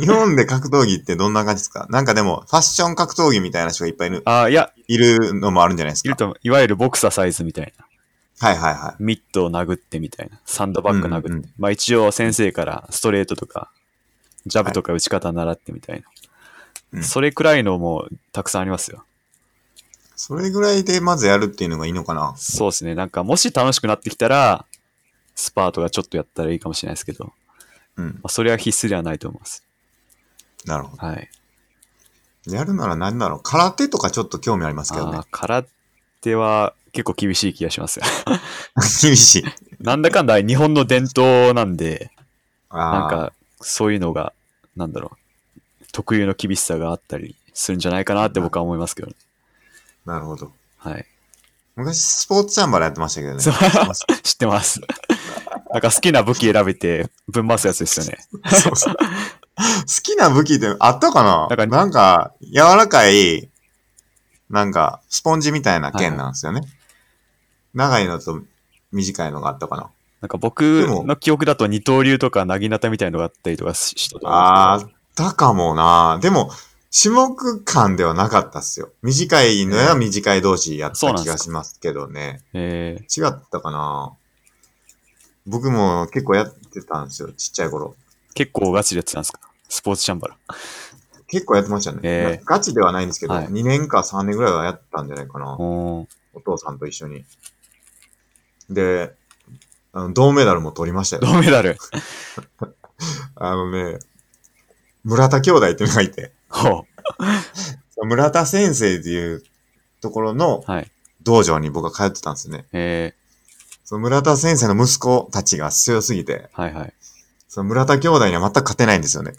Speaker 1: 日本で格闘技ってどんな感じですかなんかでも、ファッション格闘技みたいな人がいっぱいいる
Speaker 2: ああ、いや、
Speaker 1: いるのもあるんじゃないです
Speaker 2: いる
Speaker 1: か。
Speaker 2: と思ういわゆるボクサーサイズみたいな。
Speaker 1: はいはいはい。
Speaker 2: ミットを殴ってみたいな。サンドバッグ殴って。
Speaker 1: うんうん
Speaker 2: まあ一応先生からストレートとか、ジャブとか打ち方習ってみたいな。
Speaker 1: うん
Speaker 2: それくらいのもたくさんありますよ。
Speaker 1: それぐらいでまずやるっていうのがいいのかな。
Speaker 2: そうですね。なんか、もし楽しくなってきたら、スパートがちょっとやったらいいかもしれないですけど、ま
Speaker 1: うん。
Speaker 2: あ、それは必須ではないと思います。
Speaker 1: なるほ
Speaker 2: はい。
Speaker 1: ど。やるなら何だろう。空手とかちょっと興味ありますけどね
Speaker 2: あ。ー空手は結構厳しい気がします。
Speaker 1: 厳しい。
Speaker 2: なんだかんだ日本の伝統なんで、なん
Speaker 1: あ
Speaker 2: か、そういうのが、なんだろう、特有の厳しさがあったりするんじゃないかなって僕は思いますけどね。
Speaker 1: あ、なるほど。
Speaker 2: はい。
Speaker 1: 昔スポーツチャンバラやってましたけどね
Speaker 2: そう。知ってます。 なんか好きな武器選べて、ぶん回すやつですよね。
Speaker 1: そうそう好きな武器ってあったかなな
Speaker 2: なんん
Speaker 1: か
Speaker 2: か
Speaker 1: 柔らかい、なんか、スポンジみたいな剣なんですよね。長いのと短いのがあったかな。
Speaker 2: なんか僕
Speaker 1: でも
Speaker 2: の記憶だと二刀流とかなぎなたみたいのがあったりとかししたと思うん
Speaker 1: あ
Speaker 2: ですけど。
Speaker 1: ったかもなでも、種目間ではなかったっすよ。短いのや短い同士やった
Speaker 2: そうな
Speaker 1: 気
Speaker 2: んです
Speaker 1: が
Speaker 2: か
Speaker 1: しますけどね。
Speaker 2: えー
Speaker 1: 違ったかな僕も結構やってたんですよ、ちっちゃい頃。
Speaker 2: 結構ガチでやってたんですかスポーツチャンバラ。
Speaker 1: 結構やってましたね。
Speaker 2: ええ
Speaker 1: ガチではないんですけど、
Speaker 2: はい
Speaker 1: 2年か3年ぐらいはやったんじゃないかな。
Speaker 2: おー
Speaker 1: お父さんと一緒に。で、あの銅メダルも取りましたよ。
Speaker 2: 銅メダル。
Speaker 1: あのね、村田兄弟っていうのがいて、
Speaker 2: ほ
Speaker 1: 村田先生っていうところの
Speaker 2: う。はい。
Speaker 1: 道場に僕は通ってたんですよね。
Speaker 2: え
Speaker 1: その村田先生の息子たちが強すぎて、
Speaker 2: ー、はいはい。
Speaker 1: その村田兄弟には全く勝てないんですよ ね。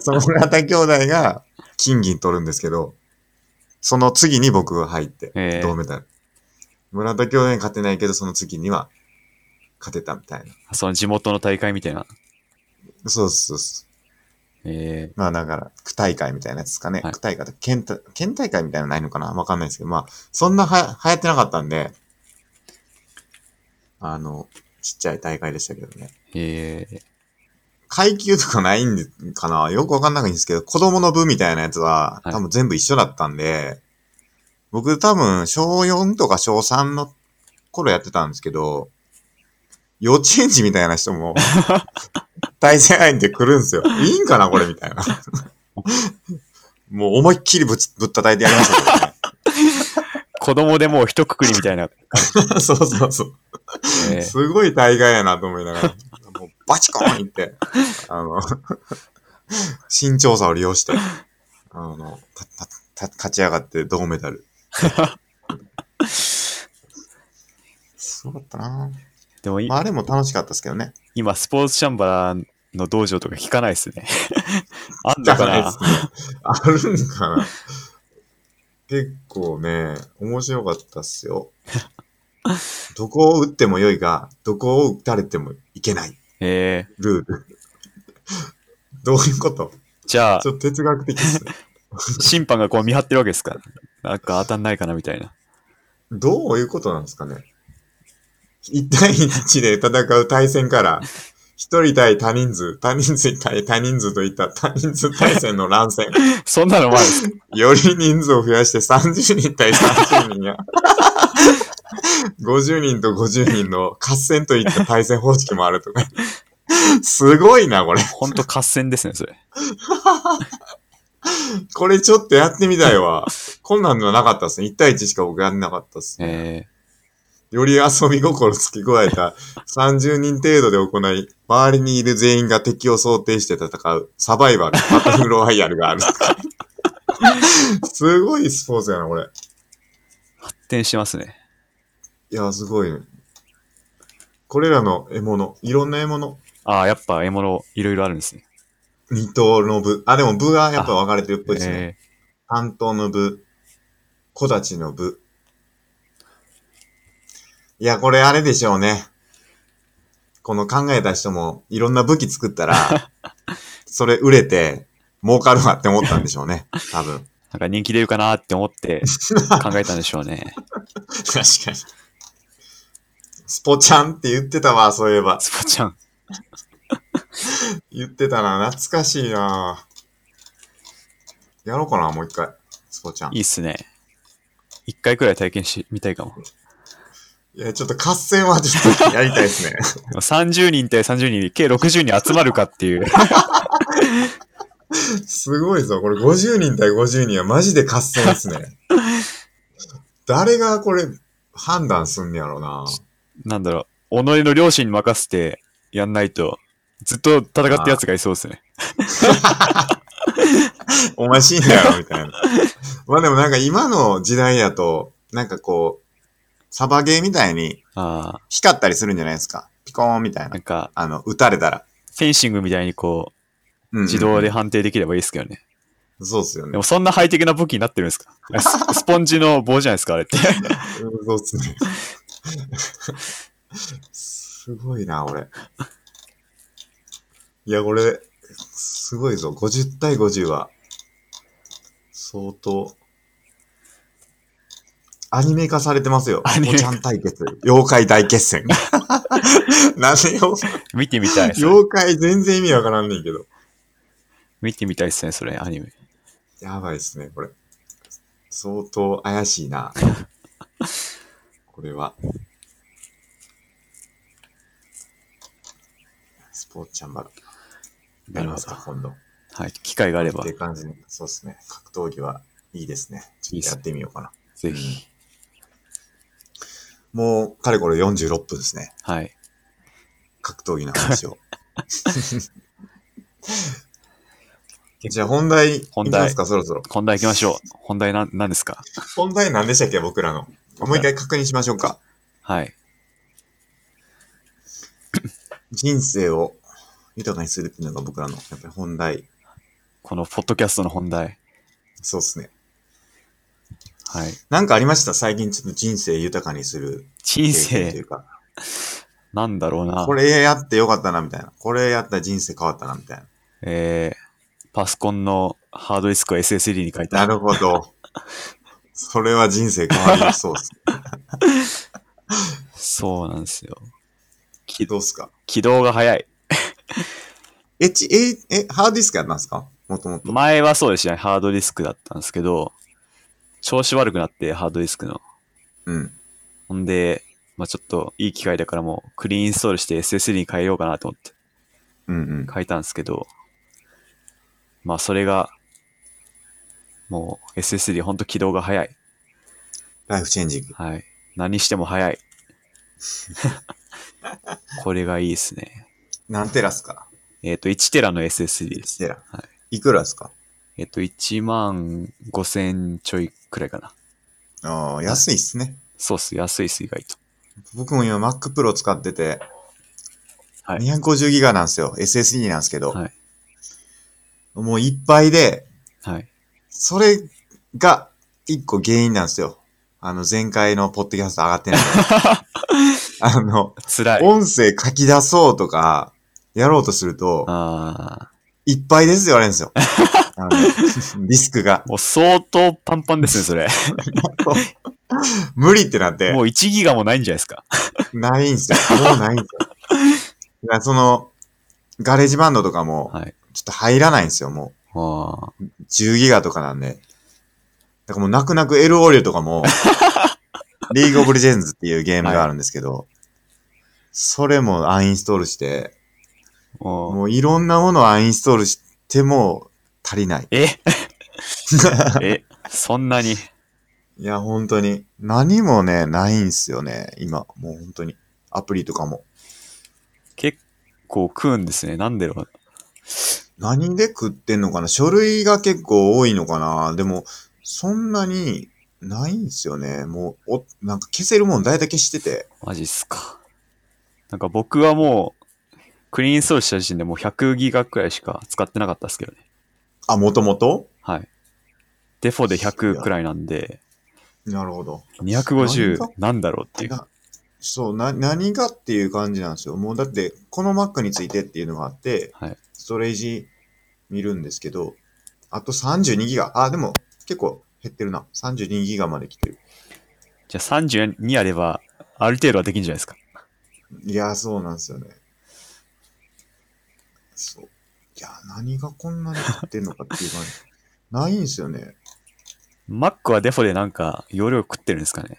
Speaker 1: その村田兄弟が金銀取るんですけど、その次に僕が入って、
Speaker 2: えー
Speaker 1: 銅メダル。村田兄弟に勝てないけど、その次には勝てたみたいな。
Speaker 2: その地元の大会みたいな。
Speaker 1: そうそうそう。
Speaker 2: え
Speaker 1: まあだから、区大会みたいなやつですかね。
Speaker 2: はい
Speaker 1: 区大会とか県大、県大会みたいなのないのかなわかんないですけど、まあ、そんなは流行ってなかったんで、あの、ちっちゃい大会でしたけどね。
Speaker 2: ー、えー、
Speaker 1: 階級とかないんでかなよくわかんないんですけど、子供の部みたいなやつは、
Speaker 2: はい
Speaker 1: 多分全部一緒だったんで、僕多分小4とか小3の頃やってたんですけど、幼稚園児みたいな人 も、対戦相手来るんですよ。いいんかなこれみたい な。もう思いっきりぶつぶったたいてやりましたけどね、
Speaker 2: 子供でもう一括りみたいな。
Speaker 1: そうそう そう。
Speaker 2: えー
Speaker 1: すごい大概やなと思い ながら、もうバチコーンって、あの、身長差を利用して、あの、たたた立ち上がって銅メダル。すごかったな
Speaker 2: でもい
Speaker 1: まあ、あれも楽しかったですけどね。
Speaker 2: 今、スポーツチャンバラの道場とか聞かないです ね。あん
Speaker 1: じゃ
Speaker 2: だか
Speaker 1: ないで
Speaker 2: ら
Speaker 1: す、ね。あるんかな結構ね、面白かったっす よ。どこを打ってもよいが、どこを打たれてもいけない。
Speaker 2: えー、
Speaker 1: ルール。どういうこと
Speaker 2: じゃあ
Speaker 1: ち、ょっと哲学的ですね。
Speaker 2: 審判がこう見張ってるわけですかなんか当たんないかなみたいな。
Speaker 1: どういうことなんですかね。一対一で戦う対戦から、一人対多人数、多人数対多人数といった多人数対戦の乱戦。
Speaker 2: そんなのもある んですか
Speaker 1: より人数を増やして30人対30人や。50人と50人の合戦といった対戦方式もあるとか。すごいな、これ。
Speaker 2: ほんと合戦ですね、それ。
Speaker 1: これちょっとやってみたいわ。こんなんのはなかったっすね。1対1しか僕やんなかったっすね。
Speaker 2: え
Speaker 1: より遊び心つき加えた30人程度で行い、周りにいる全員が敵を想定して戦うサバイバル、バトルロワイヤルがある。 すごいスポーツやな、これ。
Speaker 2: ー、発展してますね。
Speaker 1: いや、すごいね。これらの獲物、いろんな獲物、
Speaker 2: ああ、やっぱ獲物いろいろあるんですね。
Speaker 1: 二頭の部、あ、でも部がやっぱ分かれてるっぽいですね。
Speaker 2: え
Speaker 1: 三頭の部、小たちの部。いや、これあれでしょうね。この考えた人も、いろんな武器作った ら、それ売れて、儲かるわって思ったんでしょうね。多分。
Speaker 2: ー、なんか人気出るかなって 思って考えたんでしょうね。
Speaker 1: 確かに。スポちゃんって言ってたわ、そういえば。
Speaker 2: スポちゃん。
Speaker 1: 言ってたな、懐かしいなやろうかな、もう一回。スポちゃん。
Speaker 2: いいっすね。一回くらい体験してみたいかも。
Speaker 1: いや、ちょっと合戦はちょっとやりたいですね。
Speaker 2: 30人対30人で計60人集まるかっていう。
Speaker 1: すごいぞ。これ50人対50人はマジで合戦ですね。誰がこれ判断すんねやろな。
Speaker 2: なんだろう、己の両親に任せてやんないと、ずっと戦ったやつがいそうですね。
Speaker 1: お前死んだよ、みたいな。まあでもなんか今の時代やと、なんかこう、サバゲーみたいに
Speaker 2: ああ
Speaker 1: 光ったりするんじゃないですか。ピコーンみたい
Speaker 2: ー、な
Speaker 1: な。
Speaker 2: んか、
Speaker 1: あの、撃たれたら。
Speaker 2: フェンシングみたいにこ
Speaker 1: うんう
Speaker 2: う、
Speaker 1: ん
Speaker 2: 自動で。判定できればいいですけどね。
Speaker 1: そうっすよ
Speaker 2: で
Speaker 1: ね。
Speaker 2: もそんなハイテクな武器になってるんですか ススポンジの棒じゃないですかあれって。
Speaker 1: うんそうっすね。すごいな、俺。いや、これ、すごいぞ。50対50は、相当、アニメ化されてますよ。
Speaker 2: アニ
Speaker 1: お
Speaker 2: メ
Speaker 1: ちゃん対決。妖怪大決 戦。なんで妖怪
Speaker 2: 見てみたいですね。
Speaker 1: 妖怪全然意味わからんねんけど。
Speaker 2: 見てみたいですね、それ、アニメ。
Speaker 1: やばいっすね、これ。相当怪しい な。これは。スポーツチャンバル。やりますか、今度。
Speaker 2: はい、機会があれば
Speaker 1: ってい、う感じの、そうっすね。格闘技はいいですね。ちょっとやってみようかな。
Speaker 2: ぜひ。
Speaker 1: もう、かれこれ46分ですね。
Speaker 2: はい。
Speaker 1: 格闘技の話 を。じゃあ本題、
Speaker 2: 本題
Speaker 1: いきますか、そろそろ。
Speaker 2: 本題行きましょう。本題なん、何ですか
Speaker 1: 本題何でしたっけ、僕らの。もう一回確認しましょうか。
Speaker 2: はい。
Speaker 1: 人生を豊かにするっていうのが僕らのやっぱり本題。
Speaker 2: このポッドキャストの本題。
Speaker 1: そうですね。
Speaker 2: はい。
Speaker 1: なんかありました最近ちょっと人生豊かにする
Speaker 2: 人
Speaker 1: 経験という
Speaker 2: 生、
Speaker 1: か。
Speaker 2: なんだろうな
Speaker 1: こ。れやってよかったなみたいな。これやったら人生変わったなみたい
Speaker 2: えー、パソコンのハードディスクを SSD に書い
Speaker 1: な。な
Speaker 2: た。
Speaker 1: るほど。それは人生変わりそうっ す。
Speaker 2: そうなんですよ。起
Speaker 1: どうっすか
Speaker 2: 起動が早い。
Speaker 1: え、ち、え、え、ハードディスクやったんですかもともと。
Speaker 2: 前はそうでしたね、ハードディスクだったんですけど、調子悪くなって、ハードディスクの。
Speaker 1: うん。
Speaker 2: ほんで、まあちょっといい機会だからもうクリーンインストールして SSD に変えようかなと思って
Speaker 1: うんうん。
Speaker 2: 変えたんですけど、まあそれが、もう SSD ほんと起動が早い。
Speaker 1: ライフチェンジング。
Speaker 2: はい。何しても早い。 これがいいですね。
Speaker 1: 何テラっすか
Speaker 2: えっ、と、1テラの SSD です。
Speaker 1: 1テラ。。
Speaker 2: はい
Speaker 1: くらっすか
Speaker 2: えっ、と、1万5千ちょいくらいかな。
Speaker 1: ああ、安いっすね。
Speaker 2: そうっす。安いっす、意外と。
Speaker 1: 僕も今 Mac Pro 使ってて、
Speaker 2: はい
Speaker 1: 250ギガなんですよ。SSD なんですけど、
Speaker 2: はい。
Speaker 1: もういっぱいで、
Speaker 2: はい。
Speaker 1: それが一個原因なんですよ。あの、前回のポッドキャスト上がって ない。あの、
Speaker 2: 辛い。
Speaker 1: 音声書き出そうとか、やろうとすると、
Speaker 2: ああ。
Speaker 1: いっぱいですって言われるん ですよ。あのディスクが。
Speaker 2: もう相当パンパンですね、それ。
Speaker 1: 無理ってなって
Speaker 2: も、う1ギガもないんじゃないですか。
Speaker 1: ないんです よ。もうないんですよ。だからその、ガレージバンドとかも、
Speaker 2: はい。
Speaker 1: ちょっと入らないんですよ、もう。
Speaker 2: ああ。
Speaker 1: 10ギガとかなんで。だからもう泣く泣くエルオリュとか も、リーグオブレジェンズっていうゲームがあるんですけど、それもアンインストールして、
Speaker 2: もう
Speaker 1: もういろんなものをアンインストールしても足りない。
Speaker 2: ええ、そんなに。
Speaker 1: いや、本当に。何もね、ないんすよね、今。もう本当に。アプリとかも。
Speaker 2: 結構食うんですね。なんでろう。
Speaker 1: 何で食ってんのかな書類が結構多いのかなでも、そんなにないんすよね。もう、お、なんか消せるもん大体消してて。
Speaker 2: マジっすか。なんか僕はもう、クリーンインストールした時点でもう100ギガくらいしか使ってなかったですけどね。
Speaker 1: あ、もともと
Speaker 2: はい。デフォで100くらいなんで、
Speaker 1: なるほど。
Speaker 2: 250なんだろうっていう。
Speaker 1: なそう、な、何がっていう感じなんですよ。もうだって、この Mac についてっていうのがあって、
Speaker 2: はい。
Speaker 1: ストレージ見るんですけど、あと32ギガ。あ、でも結構減ってるな。32ギガまで来てる。
Speaker 2: じゃあ32あれば、ある程度はできんじゃないですか。
Speaker 1: いや、そうなんですよね。そう。いや、何がこんなに減ってんのかっていう感じ。 ないんですよね。
Speaker 2: Mac はデフォでなんか容量食ってるんですかね。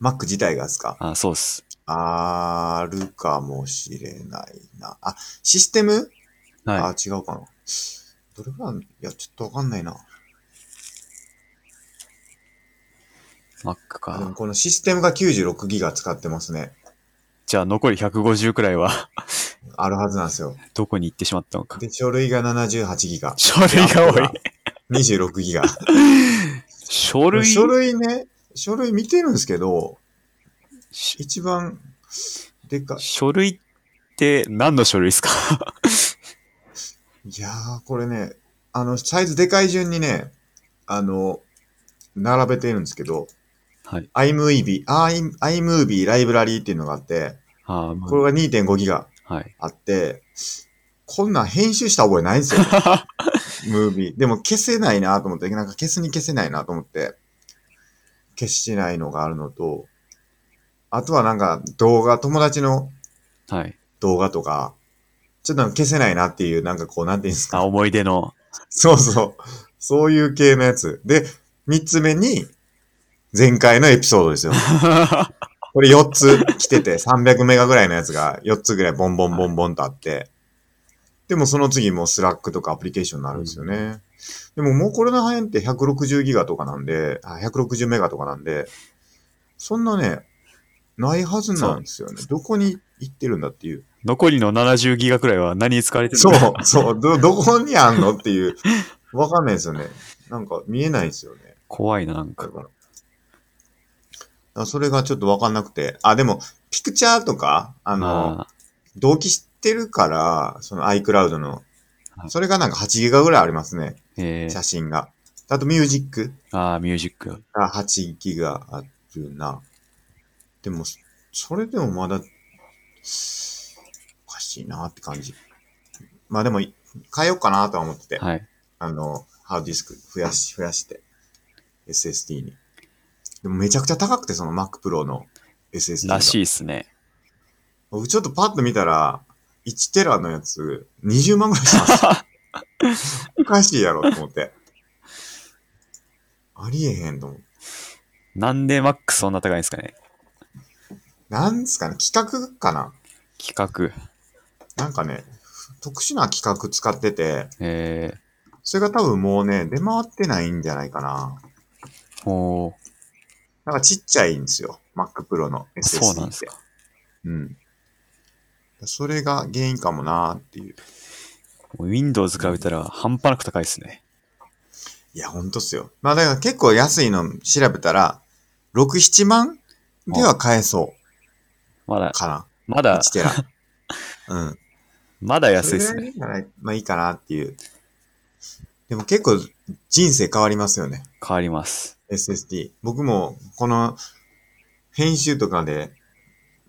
Speaker 1: Mac 自体がですか
Speaker 2: あ、そうっす。
Speaker 1: あるかもしれないな。あ、システム
Speaker 2: はい。
Speaker 1: あ、違うかな。どれぐらいあん、いや、ちょっとわかんないな。
Speaker 2: Mac
Speaker 1: あでも
Speaker 2: か。
Speaker 1: このシステムが96ギガ使ってますね。
Speaker 2: じゃあ残り150くらいは
Speaker 1: あるはずなんですよ。
Speaker 2: どこに行ってしまったのか。
Speaker 1: で、書類が78ギガ。
Speaker 2: 書類が多い。
Speaker 1: 26ギガ。
Speaker 2: 書類
Speaker 1: 書類ね、書類見てるんですけど、
Speaker 2: し
Speaker 1: 一番、でか、
Speaker 2: 書類って何の書類ですか
Speaker 1: いやー、これね、あの、サイズでかい順にね、あの、並べてるんですけど、
Speaker 2: はい。
Speaker 1: iMovie、i- iMovie ライブラリーっていうのがあって、
Speaker 2: ああ、ま
Speaker 1: これが2.5ギガ
Speaker 2: あ、はい。
Speaker 1: あって、こんなん編集した覚えないんですよ。ムービー。でも消せないなと思って、なんか消すに消せないなと思って、消してないのがあるのと、あとはなんか動画、友達の
Speaker 2: はい。
Speaker 1: 動画とか、ちょっと消せないなっていう、なんかこう、なんていうんです
Speaker 2: あ、
Speaker 1: か。
Speaker 2: 思い出の。
Speaker 1: そうそう。そういう系のやつ。で、三つ目に、前回のエピソードですよ。
Speaker 2: は
Speaker 1: これ4つ来てて、300メガぐらいのやつが4つぐらいボンボンボンボンとあって、でもその次もうスラックとかアプリケーションになるんですよね。でももうこれの範囲って160ギガとかなんで、あ160メガとかなんで、そんなね、ないはずなんですよね。どこに行ってるんだっていう。
Speaker 2: 残りの70ギガくらいは何に使われてる
Speaker 1: そ
Speaker 2: のか
Speaker 1: う、そう、ど、 どこにあんのっていう、わかんないですよね。なんか見えないんですよね。
Speaker 2: 怖いな、なん
Speaker 1: だ
Speaker 2: か。
Speaker 1: から。あそれがちょっとわかんなくて。あ、でも、ピクチャーとか、あの、
Speaker 2: あ
Speaker 1: 同期してるから、その iCloud の
Speaker 2: は、い
Speaker 1: それがなんか8ギガぐらいありますね、
Speaker 2: ーえー
Speaker 1: 写真が。あとミュージック
Speaker 2: あーミュージック。
Speaker 1: が8ギガあるな。でも、それでもまだ、おかしいなって感じ。まあでも、変えようかなとは思ってて、
Speaker 2: はい。
Speaker 1: あの、ハードディスク増やし、増やして、SSD に。でもめちゃくちゃ高くて、その Mac Pro の SSD が。
Speaker 2: らしいっすね。
Speaker 1: 僕ちょっとパッと見たら、1テラのやつ、20万ぐらいします。 おかしいやろと思って。ありえへんと思う。
Speaker 2: なんで Mac そんな高いんですかね
Speaker 1: なんですかね、企画かな
Speaker 2: 企画。
Speaker 1: なんかね、特殊な企画使ってて、
Speaker 2: え
Speaker 1: それが多分もうね、出回ってないんじゃないかな。
Speaker 2: ー、おー
Speaker 1: なんかちっちゃいんですよ。Mac Pro の SSD って。
Speaker 2: そうなんですか。
Speaker 1: うん。それが原因かもなーっていう。
Speaker 2: もう Windows 比べたら半端なく高いっすね。
Speaker 1: いや、ほんとっすよ。まあだから結構安いの調べたら、6、7万では買えそ
Speaker 2: まだ
Speaker 1: う、か
Speaker 2: ま
Speaker 1: な。
Speaker 2: だ、
Speaker 1: 1テラ。 うん。
Speaker 2: まだ安いっす
Speaker 1: それぐら
Speaker 2: ね。
Speaker 1: ならまあいいかなっていう。でも結構人生変わりますよね。
Speaker 2: 変わります。
Speaker 1: SSD。僕もこの編集とかで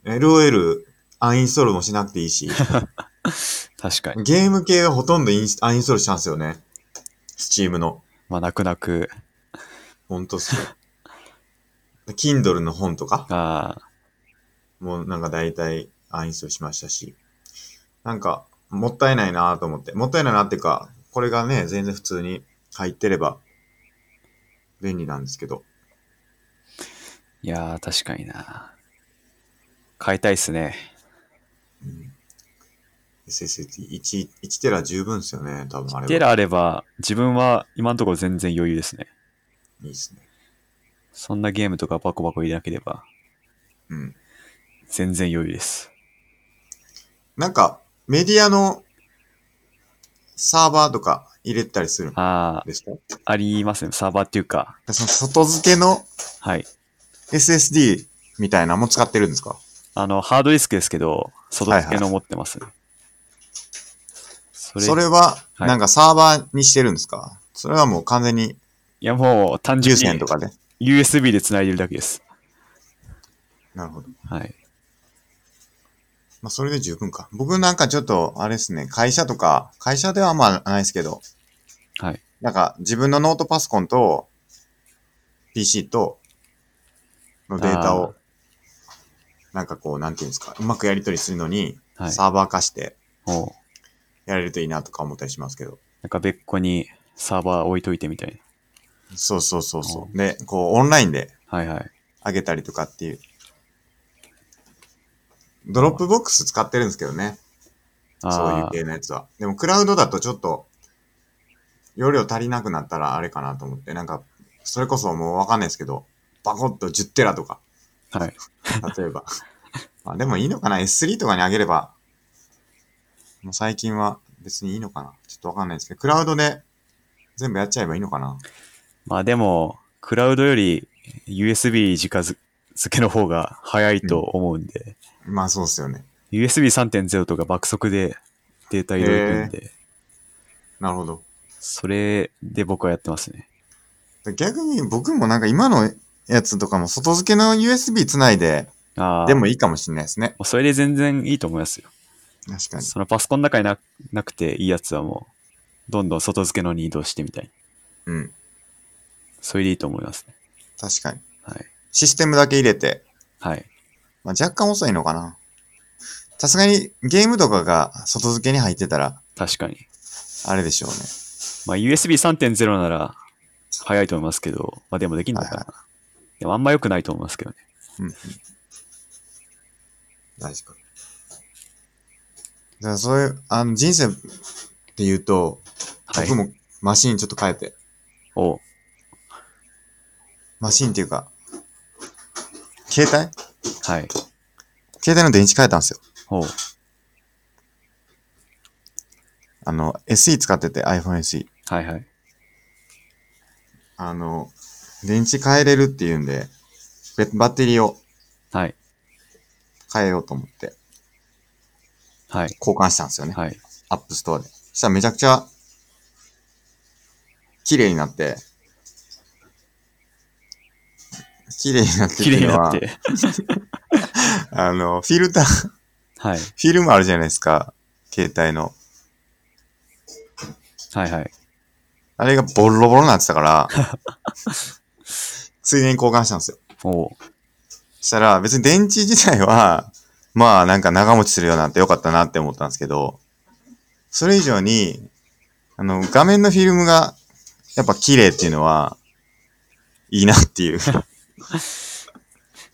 Speaker 1: LOL アンインストールもしなくていいし、
Speaker 2: 確かに。
Speaker 1: ゲーム系はほとんどインスアンインストールしたんですよね。Steam の。
Speaker 2: まあ、泣く泣く。
Speaker 1: ほんとっす よ。Kindle の本とか、
Speaker 2: ああ、
Speaker 1: もうなんか大体アンインストールしましたし、なんか、もったいないなと思って。もったいないなっていうか、これがね、全然普通に入ってれば、便利なんですけど。
Speaker 2: いやー、確かにな。買いたいっすね。
Speaker 1: うん、SSD1、1テラ十分ですよね、多分あれは。
Speaker 2: テラあれば、自分は今のところ全然余裕ですね。
Speaker 1: いいですね。
Speaker 2: そんなゲームとかバコバコ入れなければ、
Speaker 1: うん。
Speaker 2: 全然余裕です。
Speaker 1: なんか、メディアのサーバーとか入れたりするん
Speaker 2: あ
Speaker 1: ですか
Speaker 2: あ、ありますね。サーバーっていうか、
Speaker 1: その外付けの
Speaker 2: はい。
Speaker 1: SSD みたいなのも使ってるんですか
Speaker 2: あの、ハードディスクですけど、外付けの持ってますね。そ
Speaker 1: そ
Speaker 2: れ
Speaker 1: れは、
Speaker 2: はい
Speaker 1: なんかサーバーにしてるんですか、それはもう完全に
Speaker 2: いやもう単
Speaker 1: 有
Speaker 2: 純
Speaker 1: 線
Speaker 2: に
Speaker 1: とかで。
Speaker 2: USB で繋いでるだけです。
Speaker 1: なるほど。
Speaker 2: はい。
Speaker 1: まあ、それで十分か。僕なんかちょっと、あれですね、会社とか、会社ではまあないですけど、
Speaker 2: はい。
Speaker 1: なんか自分のノートパソコンと、PC と、のデータを、なんかこう、なんていうんですか、うまくやり取りするのに、
Speaker 2: はい。
Speaker 1: サーバー化して
Speaker 2: もう、
Speaker 1: やれるといいなとか思ったりしますけど。
Speaker 2: なんか別個にサーバー置いといてみたい
Speaker 1: そうそうそうそうう。で、こう、オンラインで
Speaker 2: な。はいはい。
Speaker 1: あげたりとかっていう。ドロップボックス使ってるんですけどね。そうい
Speaker 2: あ
Speaker 1: う系のやつは。でも、クラウドだとちょっと、容量足りなくなったらあれかなと思って、なんか、それこそもうわかんないですけど、バコッと10テラとか、
Speaker 2: はい。
Speaker 1: 例えば。まあでもいいのかな ?S3 とかに上げれば、もう最近は別にいいのかなちょっとわかんないですけど、クラウドで全部やっちゃえばいいのかな
Speaker 2: まあでも、クラウドより USB 直付けの方が早いと思うんで、
Speaker 1: まあそうっすよね。
Speaker 2: USB3.0 とか爆速でデータ移動いくんで、
Speaker 1: なるほど。
Speaker 2: それで僕はやってますね。
Speaker 1: 逆に僕もなんか今のやつとかも外付けの USB つないで、
Speaker 2: ああ。
Speaker 1: でもいいかもしれないですね。
Speaker 2: もうそれで全然いいと思いますよ。
Speaker 1: 確かに。
Speaker 2: そのパソコンの中にななくていいやつはもう、どんどん外付けのに移動してみたい。
Speaker 1: うん。
Speaker 2: それでいいと思いますね。
Speaker 1: 確かに。
Speaker 2: はい。
Speaker 1: システムだけ入れて、
Speaker 2: はい。
Speaker 1: まあ、若干遅いのかな。さすがにゲームとかが外付けに入ってたら、
Speaker 2: 確かに。
Speaker 1: あれでしょうね。
Speaker 2: まあ USB3.0 なら早いと思いますけど、まあでもできんのかな。
Speaker 1: はい
Speaker 2: でもあんま良くないと思いますけどね。
Speaker 1: 確かに。だからそういう、あの、人生って言うと、
Speaker 2: はい
Speaker 1: 僕。もマシンちょっと変えて、
Speaker 2: おう
Speaker 1: マシンっていうか、携帯
Speaker 2: はい。
Speaker 1: 携帯の電池変えたんですよ。
Speaker 2: おう
Speaker 1: あの、SE 使ってて、iPhone SE。
Speaker 2: はいはい。
Speaker 1: あの、電池変えれるっていうんで、べバッテリーを
Speaker 2: はい。
Speaker 1: 変えようと思って、
Speaker 2: はい。
Speaker 1: 交換したんですよね。
Speaker 2: はい。
Speaker 1: アップストアで。そしたらめちゃくちゃ、綺麗になって、綺麗になってって い
Speaker 2: 綺麗
Speaker 1: う
Speaker 2: に
Speaker 1: の
Speaker 2: な
Speaker 1: は
Speaker 2: っ、て。
Speaker 1: あの、フィルター、 フ
Speaker 2: はい。
Speaker 1: ィルムあるじゃないですか。携帯の。
Speaker 2: はいはい。
Speaker 1: あれがボロボロになってた から、ついでに交換したんですよ。
Speaker 2: おう
Speaker 1: そしたら別に電池自体は、まあなんか長持ちするようになってよかったなって思ったんですけど、それ以上に、あの、画面のフィルムがやっぱ綺麗っていうのは、いいなっていう。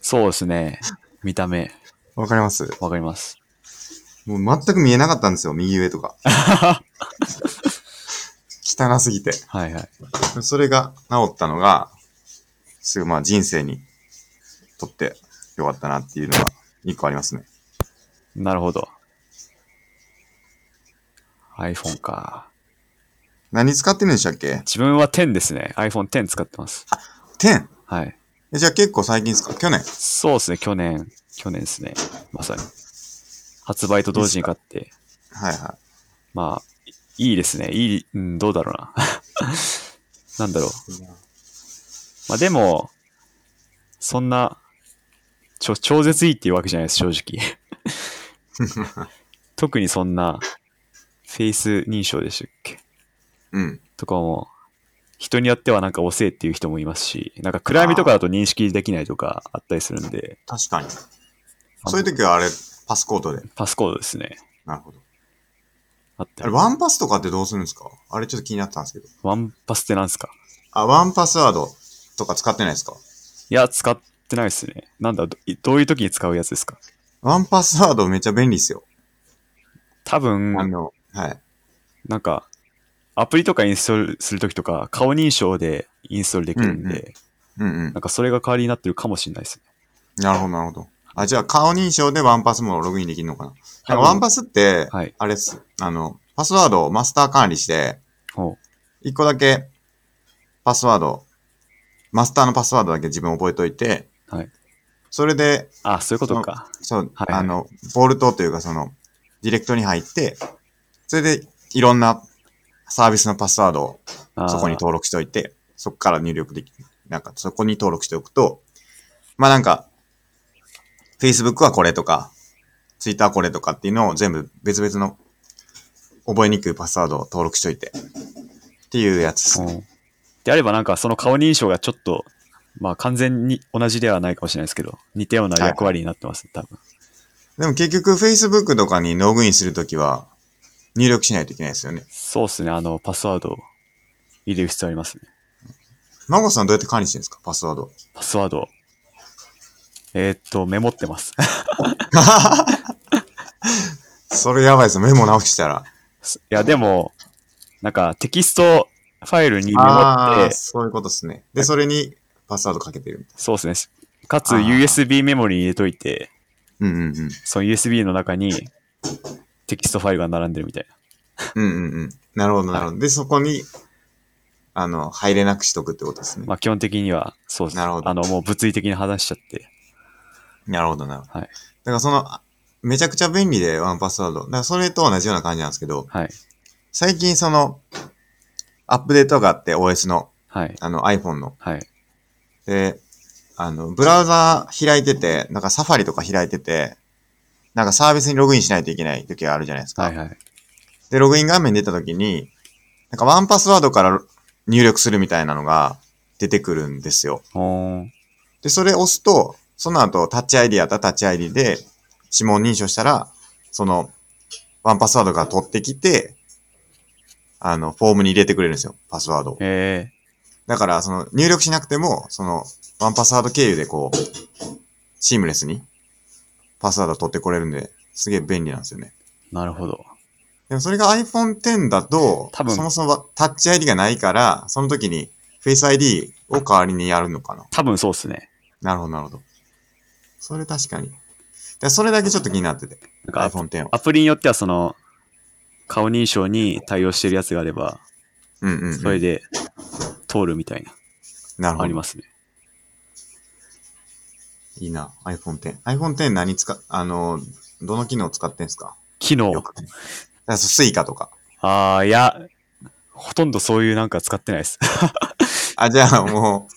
Speaker 2: そうですね。見た目、
Speaker 1: わかります
Speaker 2: わかります。
Speaker 1: もう全く見えなかったんですよ、右上とか。汚すぎて。
Speaker 2: はいはい。
Speaker 1: それが治ったのが、すごいまあ人生にとってよかったなっていうのが一個ありますね。
Speaker 2: なるほど。iPhone か。
Speaker 1: 何使ってるんでしたっけ
Speaker 2: 自分は10ですね。iPhone 10使ってます。
Speaker 1: ?10!
Speaker 2: はい。
Speaker 1: えじゃあ結構最近ですか去年
Speaker 2: そうですね。去年、去年ですね。まさに。発売と同時に買って。
Speaker 1: はいは
Speaker 2: まあ、いいですね。いい、うん、どうだろうな。 なんだろう。
Speaker 1: い。
Speaker 2: まあでも、そんな、ちょ、超絶いいっていうわけじゃないです、正直。 特にそんな、フェイス認証でしたっけ
Speaker 1: うん。
Speaker 2: とかも、人によってはなんか遅えっていう人もいますし、なんか暗闇とかだと認識できないとかあったりするんで、
Speaker 1: 確かに。
Speaker 2: あの
Speaker 1: そういう時はあれ、パスコードで。
Speaker 2: パスコードですね。
Speaker 1: なるほど。
Speaker 2: あっ
Speaker 1: あ
Speaker 2: た
Speaker 1: れ、
Speaker 2: り。
Speaker 1: ワンパスとかってどうするんですかあれちょっと気になったんですけど。
Speaker 2: ワンパスってなんすか
Speaker 1: あ、ワンパスワードとか使ってないですか
Speaker 2: いや、使ってないですね。なんだ、どどういう時に使うやつですか
Speaker 1: ワンパスワードめっちゃ便利ですよ。
Speaker 2: 多分、
Speaker 1: あの、はい。
Speaker 2: なんか、アプリとかインストールするときとか、顔認証でインストールできるんで、
Speaker 1: うんうんうん
Speaker 2: な。んかそれが代わりになってるかもしれないですね。
Speaker 1: なるほど、なるほど。あ、じゃあ顔認証でワンパスもログインできるのかななんかワンパスって、
Speaker 2: はい。
Speaker 1: あれっす。あの、パスワードをマスター管理して、
Speaker 2: おう
Speaker 1: 一個だけパスワード、マスターのパスワードだけ自分覚えといて、
Speaker 2: はい。
Speaker 1: それで、
Speaker 2: あ、そういうことか。
Speaker 1: そう、
Speaker 2: はい
Speaker 1: あの、ボルトというかその、ディレクトに入って、それでいろんなサービスのパスワードを
Speaker 2: あー
Speaker 1: そこに登録しておいて、そこから入力できる。なんか、そこに登録しておくと、まあなんか、Facebook はこれとか、Twitter はこれとかっていうのを全部別々の覚えにくいパスワードを登録しておいて、っていうやつですね。
Speaker 2: おうであればなんかその顔認証がちょっと、まあ完全に同じではないかもしれないですけど、似たような役割になってます、多分。
Speaker 1: でも結局 Facebook とかにログインするときは入力しないといけないですよね。
Speaker 2: そうですね。あの、パスワードを入れる必要ありますね。
Speaker 1: マゴさんどうやって管理してるんですかパスワード。
Speaker 2: パスワードを。えーっと、メモってます。
Speaker 1: それやばいですメモ直したら。
Speaker 2: いや、でも、なんかテキストファイルにメモ
Speaker 1: あ
Speaker 2: っ
Speaker 1: あ、
Speaker 2: て、
Speaker 1: そういうことですね。で、それにパスワードかけてるみたい
Speaker 2: そうですね。かつ
Speaker 1: あー
Speaker 2: USB メモリに入れといて、
Speaker 1: な。うんうんうん。
Speaker 2: その USB の中にテキストファイルが並んでるみたいな。
Speaker 1: うんうんうん。なるほど、なるほど。で、そこに、あの、入れなくしとくってことですね。
Speaker 2: まあ基本的には、そうです。
Speaker 1: なるほど
Speaker 2: あの、もう物理的に話しちゃって。
Speaker 1: なるほど、なるほど。
Speaker 2: は
Speaker 1: だ
Speaker 2: い。
Speaker 1: からその、あめちゃくちゃ便利で、ワンパスワード。だからそれと同じような感じなんですけど、
Speaker 2: はい。
Speaker 1: 最近その、アップデートがあって、OS の、
Speaker 2: はい。
Speaker 1: あの iPhone の。
Speaker 2: はい。
Speaker 1: で、あの、ブラウザ開いてて、なんかサファリとか開いてて、なんかサービスにログインしないといけない時があるじゃないですか。
Speaker 2: はいはい。
Speaker 1: で、ログイン画面出た時に、なんかワンパスワードから入力するみたいなのが出てくるんですよ。
Speaker 2: おー
Speaker 1: で、それ押すと、その後タッチ ID やったらタッチ ID で指紋認証したら、そのワンパスワードから取ってきて、あの、フォームに入れてくれるんですよ、パスワードを。
Speaker 2: え
Speaker 1: だから、その入力しなくても、そのワンパスワード経由でこう、シームレスにパスワード取ってこれるんで、すげえ便利なんですよね。
Speaker 2: ー、なるほど。
Speaker 1: でもそれが iPhone X だと、
Speaker 2: 多分
Speaker 1: そもそもタッチ ID がないから、その時に Face ID を代わりにやるのかな。
Speaker 2: 多分そうですね。
Speaker 1: なるほど、なるほど。それ確かに。でそれだけちょっと気になってて。
Speaker 2: なんかアプ
Speaker 1: iPhone X を。
Speaker 2: アプリによってはその、顔認証に対応してるやつがあれば、
Speaker 1: うんうん、うん。
Speaker 2: それで通るみたいな、
Speaker 1: なる
Speaker 2: あ
Speaker 1: ほ
Speaker 2: り
Speaker 1: ど。
Speaker 2: ますね。
Speaker 1: いいな。iPhone X。iPhone X 何使っ、あの、どの機能使ってんすか
Speaker 2: 機能
Speaker 1: よ。く。だからスイカとか。
Speaker 2: ああ、いや、ほとんどそういうなんか使ってないです。
Speaker 1: あ、じゃあも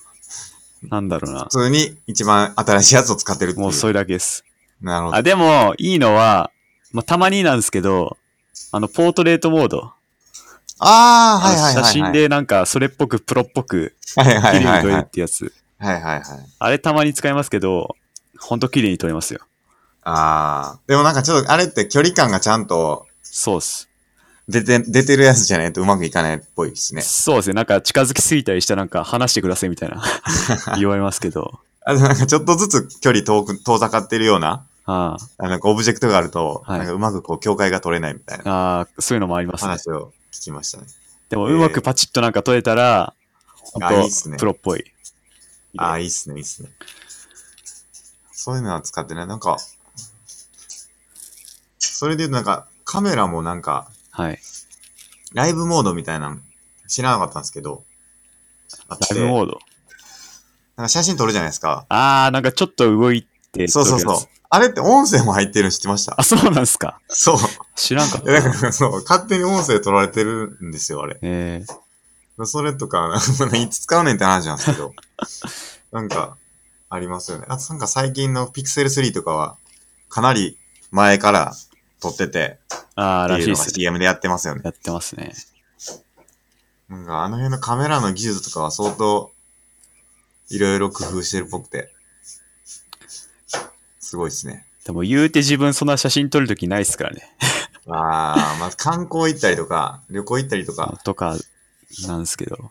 Speaker 2: なんだろう
Speaker 1: う、
Speaker 2: な
Speaker 1: 普。通に一番新しいやつを使ってるっていう。
Speaker 2: もうそれだけです。
Speaker 1: なるほど
Speaker 2: あ、。でも、いいのは、まあ、たまになんですけど、あの、ポートレートモード。
Speaker 1: ああ、
Speaker 2: あ
Speaker 1: はい
Speaker 2: の
Speaker 1: はいはい、はい。
Speaker 2: 写真、でなんか、それっぽくプロっぽく、
Speaker 1: はいは
Speaker 2: 綺
Speaker 1: いはい
Speaker 2: 麗に撮
Speaker 1: は
Speaker 2: れる
Speaker 1: い
Speaker 2: っ。てやつ。
Speaker 1: はいはいはい。
Speaker 2: あれたまに使いますけど、ほんと綺麗に撮れますよ。
Speaker 1: ああ。でもなんかちょっと、あれって距離感がちゃんと
Speaker 2: そうっす。
Speaker 1: 出て、出てるやつじゃないとうまくいかないっぽいですね。
Speaker 2: そうですね。なんか近づきすぎたりしたらなんか話してくださいみた いな言われますけど。
Speaker 1: あとなんかちょっとずつ距離遠く、遠ざかってるような、
Speaker 2: あ
Speaker 1: あなんかオブジェクトがあると、
Speaker 2: はい
Speaker 1: なんかうまくこう境界が取れないみたい
Speaker 2: あ
Speaker 1: な
Speaker 2: ああ、そういうのもありますね。
Speaker 1: 話を聞きましたね。
Speaker 2: でもうまくパチッとなんか撮れたら、
Speaker 1: あいいっす
Speaker 2: ほん
Speaker 1: ね
Speaker 2: とプロっぽい。
Speaker 1: ああ、いいっすね、いいっすね。そういうのは使ってない。なんか、それで言うとなんかカメラもなんか、
Speaker 2: はい。
Speaker 1: ライブモードみたいなの知らなかったんですけど、あって
Speaker 2: ライブモード。
Speaker 1: なんか写真撮るじゃないですか。
Speaker 2: ああ、なんかちょっと動いて。
Speaker 1: そうそうそう
Speaker 2: 撮るやつ。
Speaker 1: あれって音声も入ってるの知ってました
Speaker 2: あ、そうなんすか。
Speaker 1: そう。
Speaker 2: 知らんかっ
Speaker 1: いや
Speaker 2: た。
Speaker 1: だからそう、勝手に音声取られてるんですよ、あれ。
Speaker 2: えー、
Speaker 1: それとか、いつ使うねんって話なんですけど。なんか、ありますよね。あとなんか最近の Pixel 3とかは、かなり前から撮ってて、
Speaker 2: ああ、
Speaker 1: って
Speaker 2: らし
Speaker 1: い
Speaker 2: いうで
Speaker 1: のが
Speaker 2: すね。
Speaker 1: CM でやってますよね。
Speaker 2: やってますね。
Speaker 1: なんかあの辺のカメラの技術とかは相当、いろいろ工夫してるっぽくて、すごいですね。
Speaker 2: でも言うて自分そんな写真撮るときないっすからね。
Speaker 1: あー、まあ、観光行ったりとか、旅行行ったりとか、
Speaker 2: とか、なんですけど。
Speaker 1: はいはい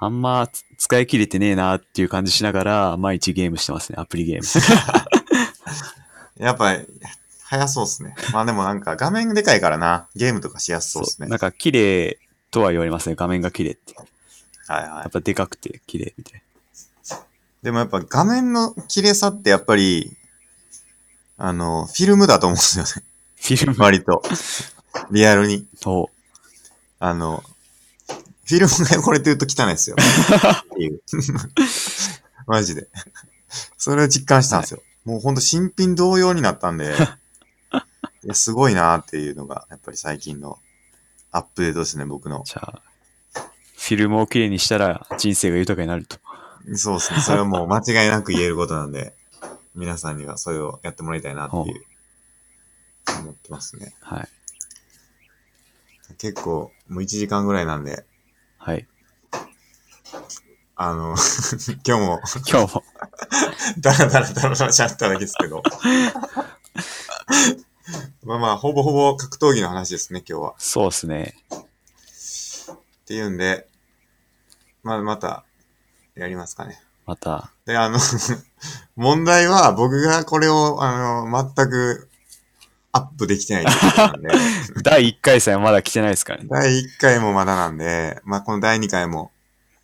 Speaker 2: あんまつ使い切れてねえなっていう感じしながら、毎日ゲームしてますね。アプリゲーム。
Speaker 1: やっぱ、早そうっすね。まあでもなんか画面でかいからな、ゲームとかしやすそうっすね。
Speaker 2: なんか綺麗とは言われますね。画面が綺麗って。
Speaker 1: はいは
Speaker 2: や
Speaker 1: い
Speaker 2: っ。ぱでかくて綺麗みたい
Speaker 1: でもやっぱ画面の綺麗さってやっぱり、あの、フィルムだと思うんですよ ね。
Speaker 2: な。フィルム
Speaker 1: 割と。リアルに。
Speaker 2: と、
Speaker 1: あの、フィルムが汚れてると汚いですよ。っていう。 マジで。それを実感したんですよ。もうほんと新品同様になったんで、いや、すごいなーっていうのが、やっぱり最近のアップデートですね、僕の。
Speaker 2: じゃあ、フィルムを綺麗にしたら人生が豊かになると。
Speaker 1: そうですね。それはもう間違いなく言えることなんで、皆さんにはそれをやってもらいたいなっていう、思ってますね。
Speaker 2: はい。
Speaker 1: 結構、もう1時間ぐらいなんで、
Speaker 2: はい。
Speaker 1: あの、 今日も、
Speaker 2: 今日も、
Speaker 1: だらだらだらだらしゃっただけですけど。 まあまあ、ほぼほぼ格闘技の話ですね、今日は。
Speaker 2: そうですね。
Speaker 1: っていうんで、まあまた、やりますかね。
Speaker 2: また、
Speaker 1: で、あの、 問題は僕がこれを、あの、全くアップできてないってことなんで、
Speaker 2: 第1回戦まだ来てないですからね。
Speaker 1: 第1回もまだなんで、まあこの第2回も、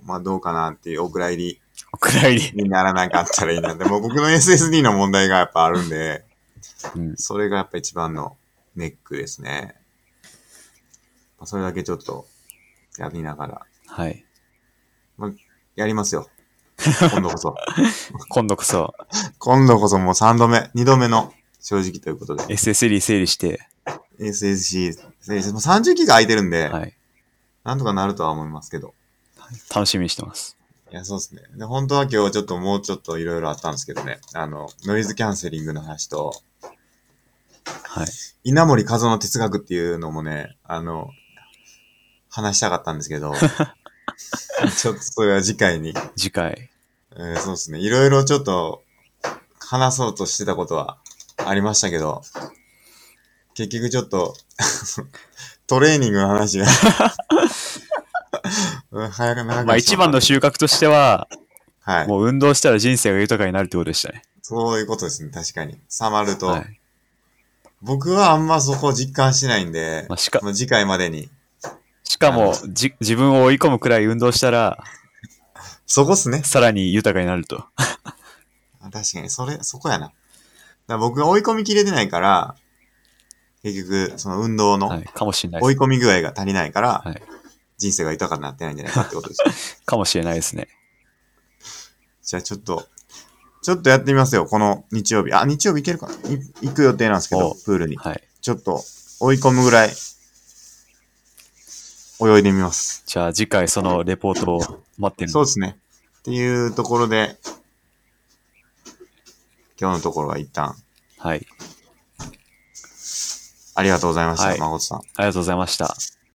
Speaker 1: まあどうかなっていうお蔵入り
Speaker 2: お蔵入り。
Speaker 1: にならなかったらいいな。でも僕の SSD の問題がやっぱあるんで、
Speaker 2: うん。
Speaker 1: それがやっぱ一番のネックですね。まあ、それだけちょっと、やりながら。
Speaker 2: はい。
Speaker 1: やりますよ。 今度こそ。
Speaker 2: 今度こそ
Speaker 1: 今度こそもう3度目、2度目の正直ということで。
Speaker 2: SSD 整理して、
Speaker 1: SSC、もう30ギガ空いてるんで、
Speaker 2: はい。
Speaker 1: なんとかなるとは思いますけど。
Speaker 2: 楽しみにしてます。
Speaker 1: いや、そうですね。で、本当は今日ちょっともうちょっといろいろあったんですけどね。あの、ノイズキャンセリングの話と、
Speaker 2: はい。
Speaker 1: 稲森和夫の哲学っていうのもね、あの、話したかったんですけ ど、ちょっとそれは次回に。
Speaker 2: 次回。
Speaker 1: えーそうですね。いろいろちょっと話そうとしてたことはありましたけど、結局ちょっと トレーニングの 話がうん早く長く
Speaker 2: まあ一番の収穫としては、
Speaker 1: はい。
Speaker 2: もう運動したら人生が豊かになるってことでしたね。
Speaker 1: そういうことですね。確かに。サマると、
Speaker 2: はい。
Speaker 1: 僕はあんまそこ実感しないんで、
Speaker 2: まあ、しか、
Speaker 1: まあ次回までに。
Speaker 2: しかも、じ、自分を追い込むくらい運動したら、
Speaker 1: そこっすね。
Speaker 2: さらに豊かになると。
Speaker 1: あ確かに、それ、そこやな。だから僕が追い込みきれてないから、結局、その運動
Speaker 2: は
Speaker 1: の
Speaker 2: い。かもしれない
Speaker 1: 追
Speaker 2: で
Speaker 1: い込み具合が足りないから、
Speaker 2: はい
Speaker 1: 人生が豊かになってないんじゃないかってことですね。
Speaker 2: す。かもしれないですね。
Speaker 1: じゃあちょっと、ちょっとやってみますよ、この日曜日。あ、日曜日行けるかない行く予定なんですけ
Speaker 2: お
Speaker 1: ど、プールに。
Speaker 2: はい。
Speaker 1: ちょっと、追い込むぐらい、泳いでみます。
Speaker 2: じゃあ次回そのレポートを待ってる
Speaker 1: そうですね。っていうところで、今日のところは一旦、
Speaker 2: はい。
Speaker 1: ありがとうございました、
Speaker 2: はい
Speaker 1: 誠さん。
Speaker 2: ありがとうございました。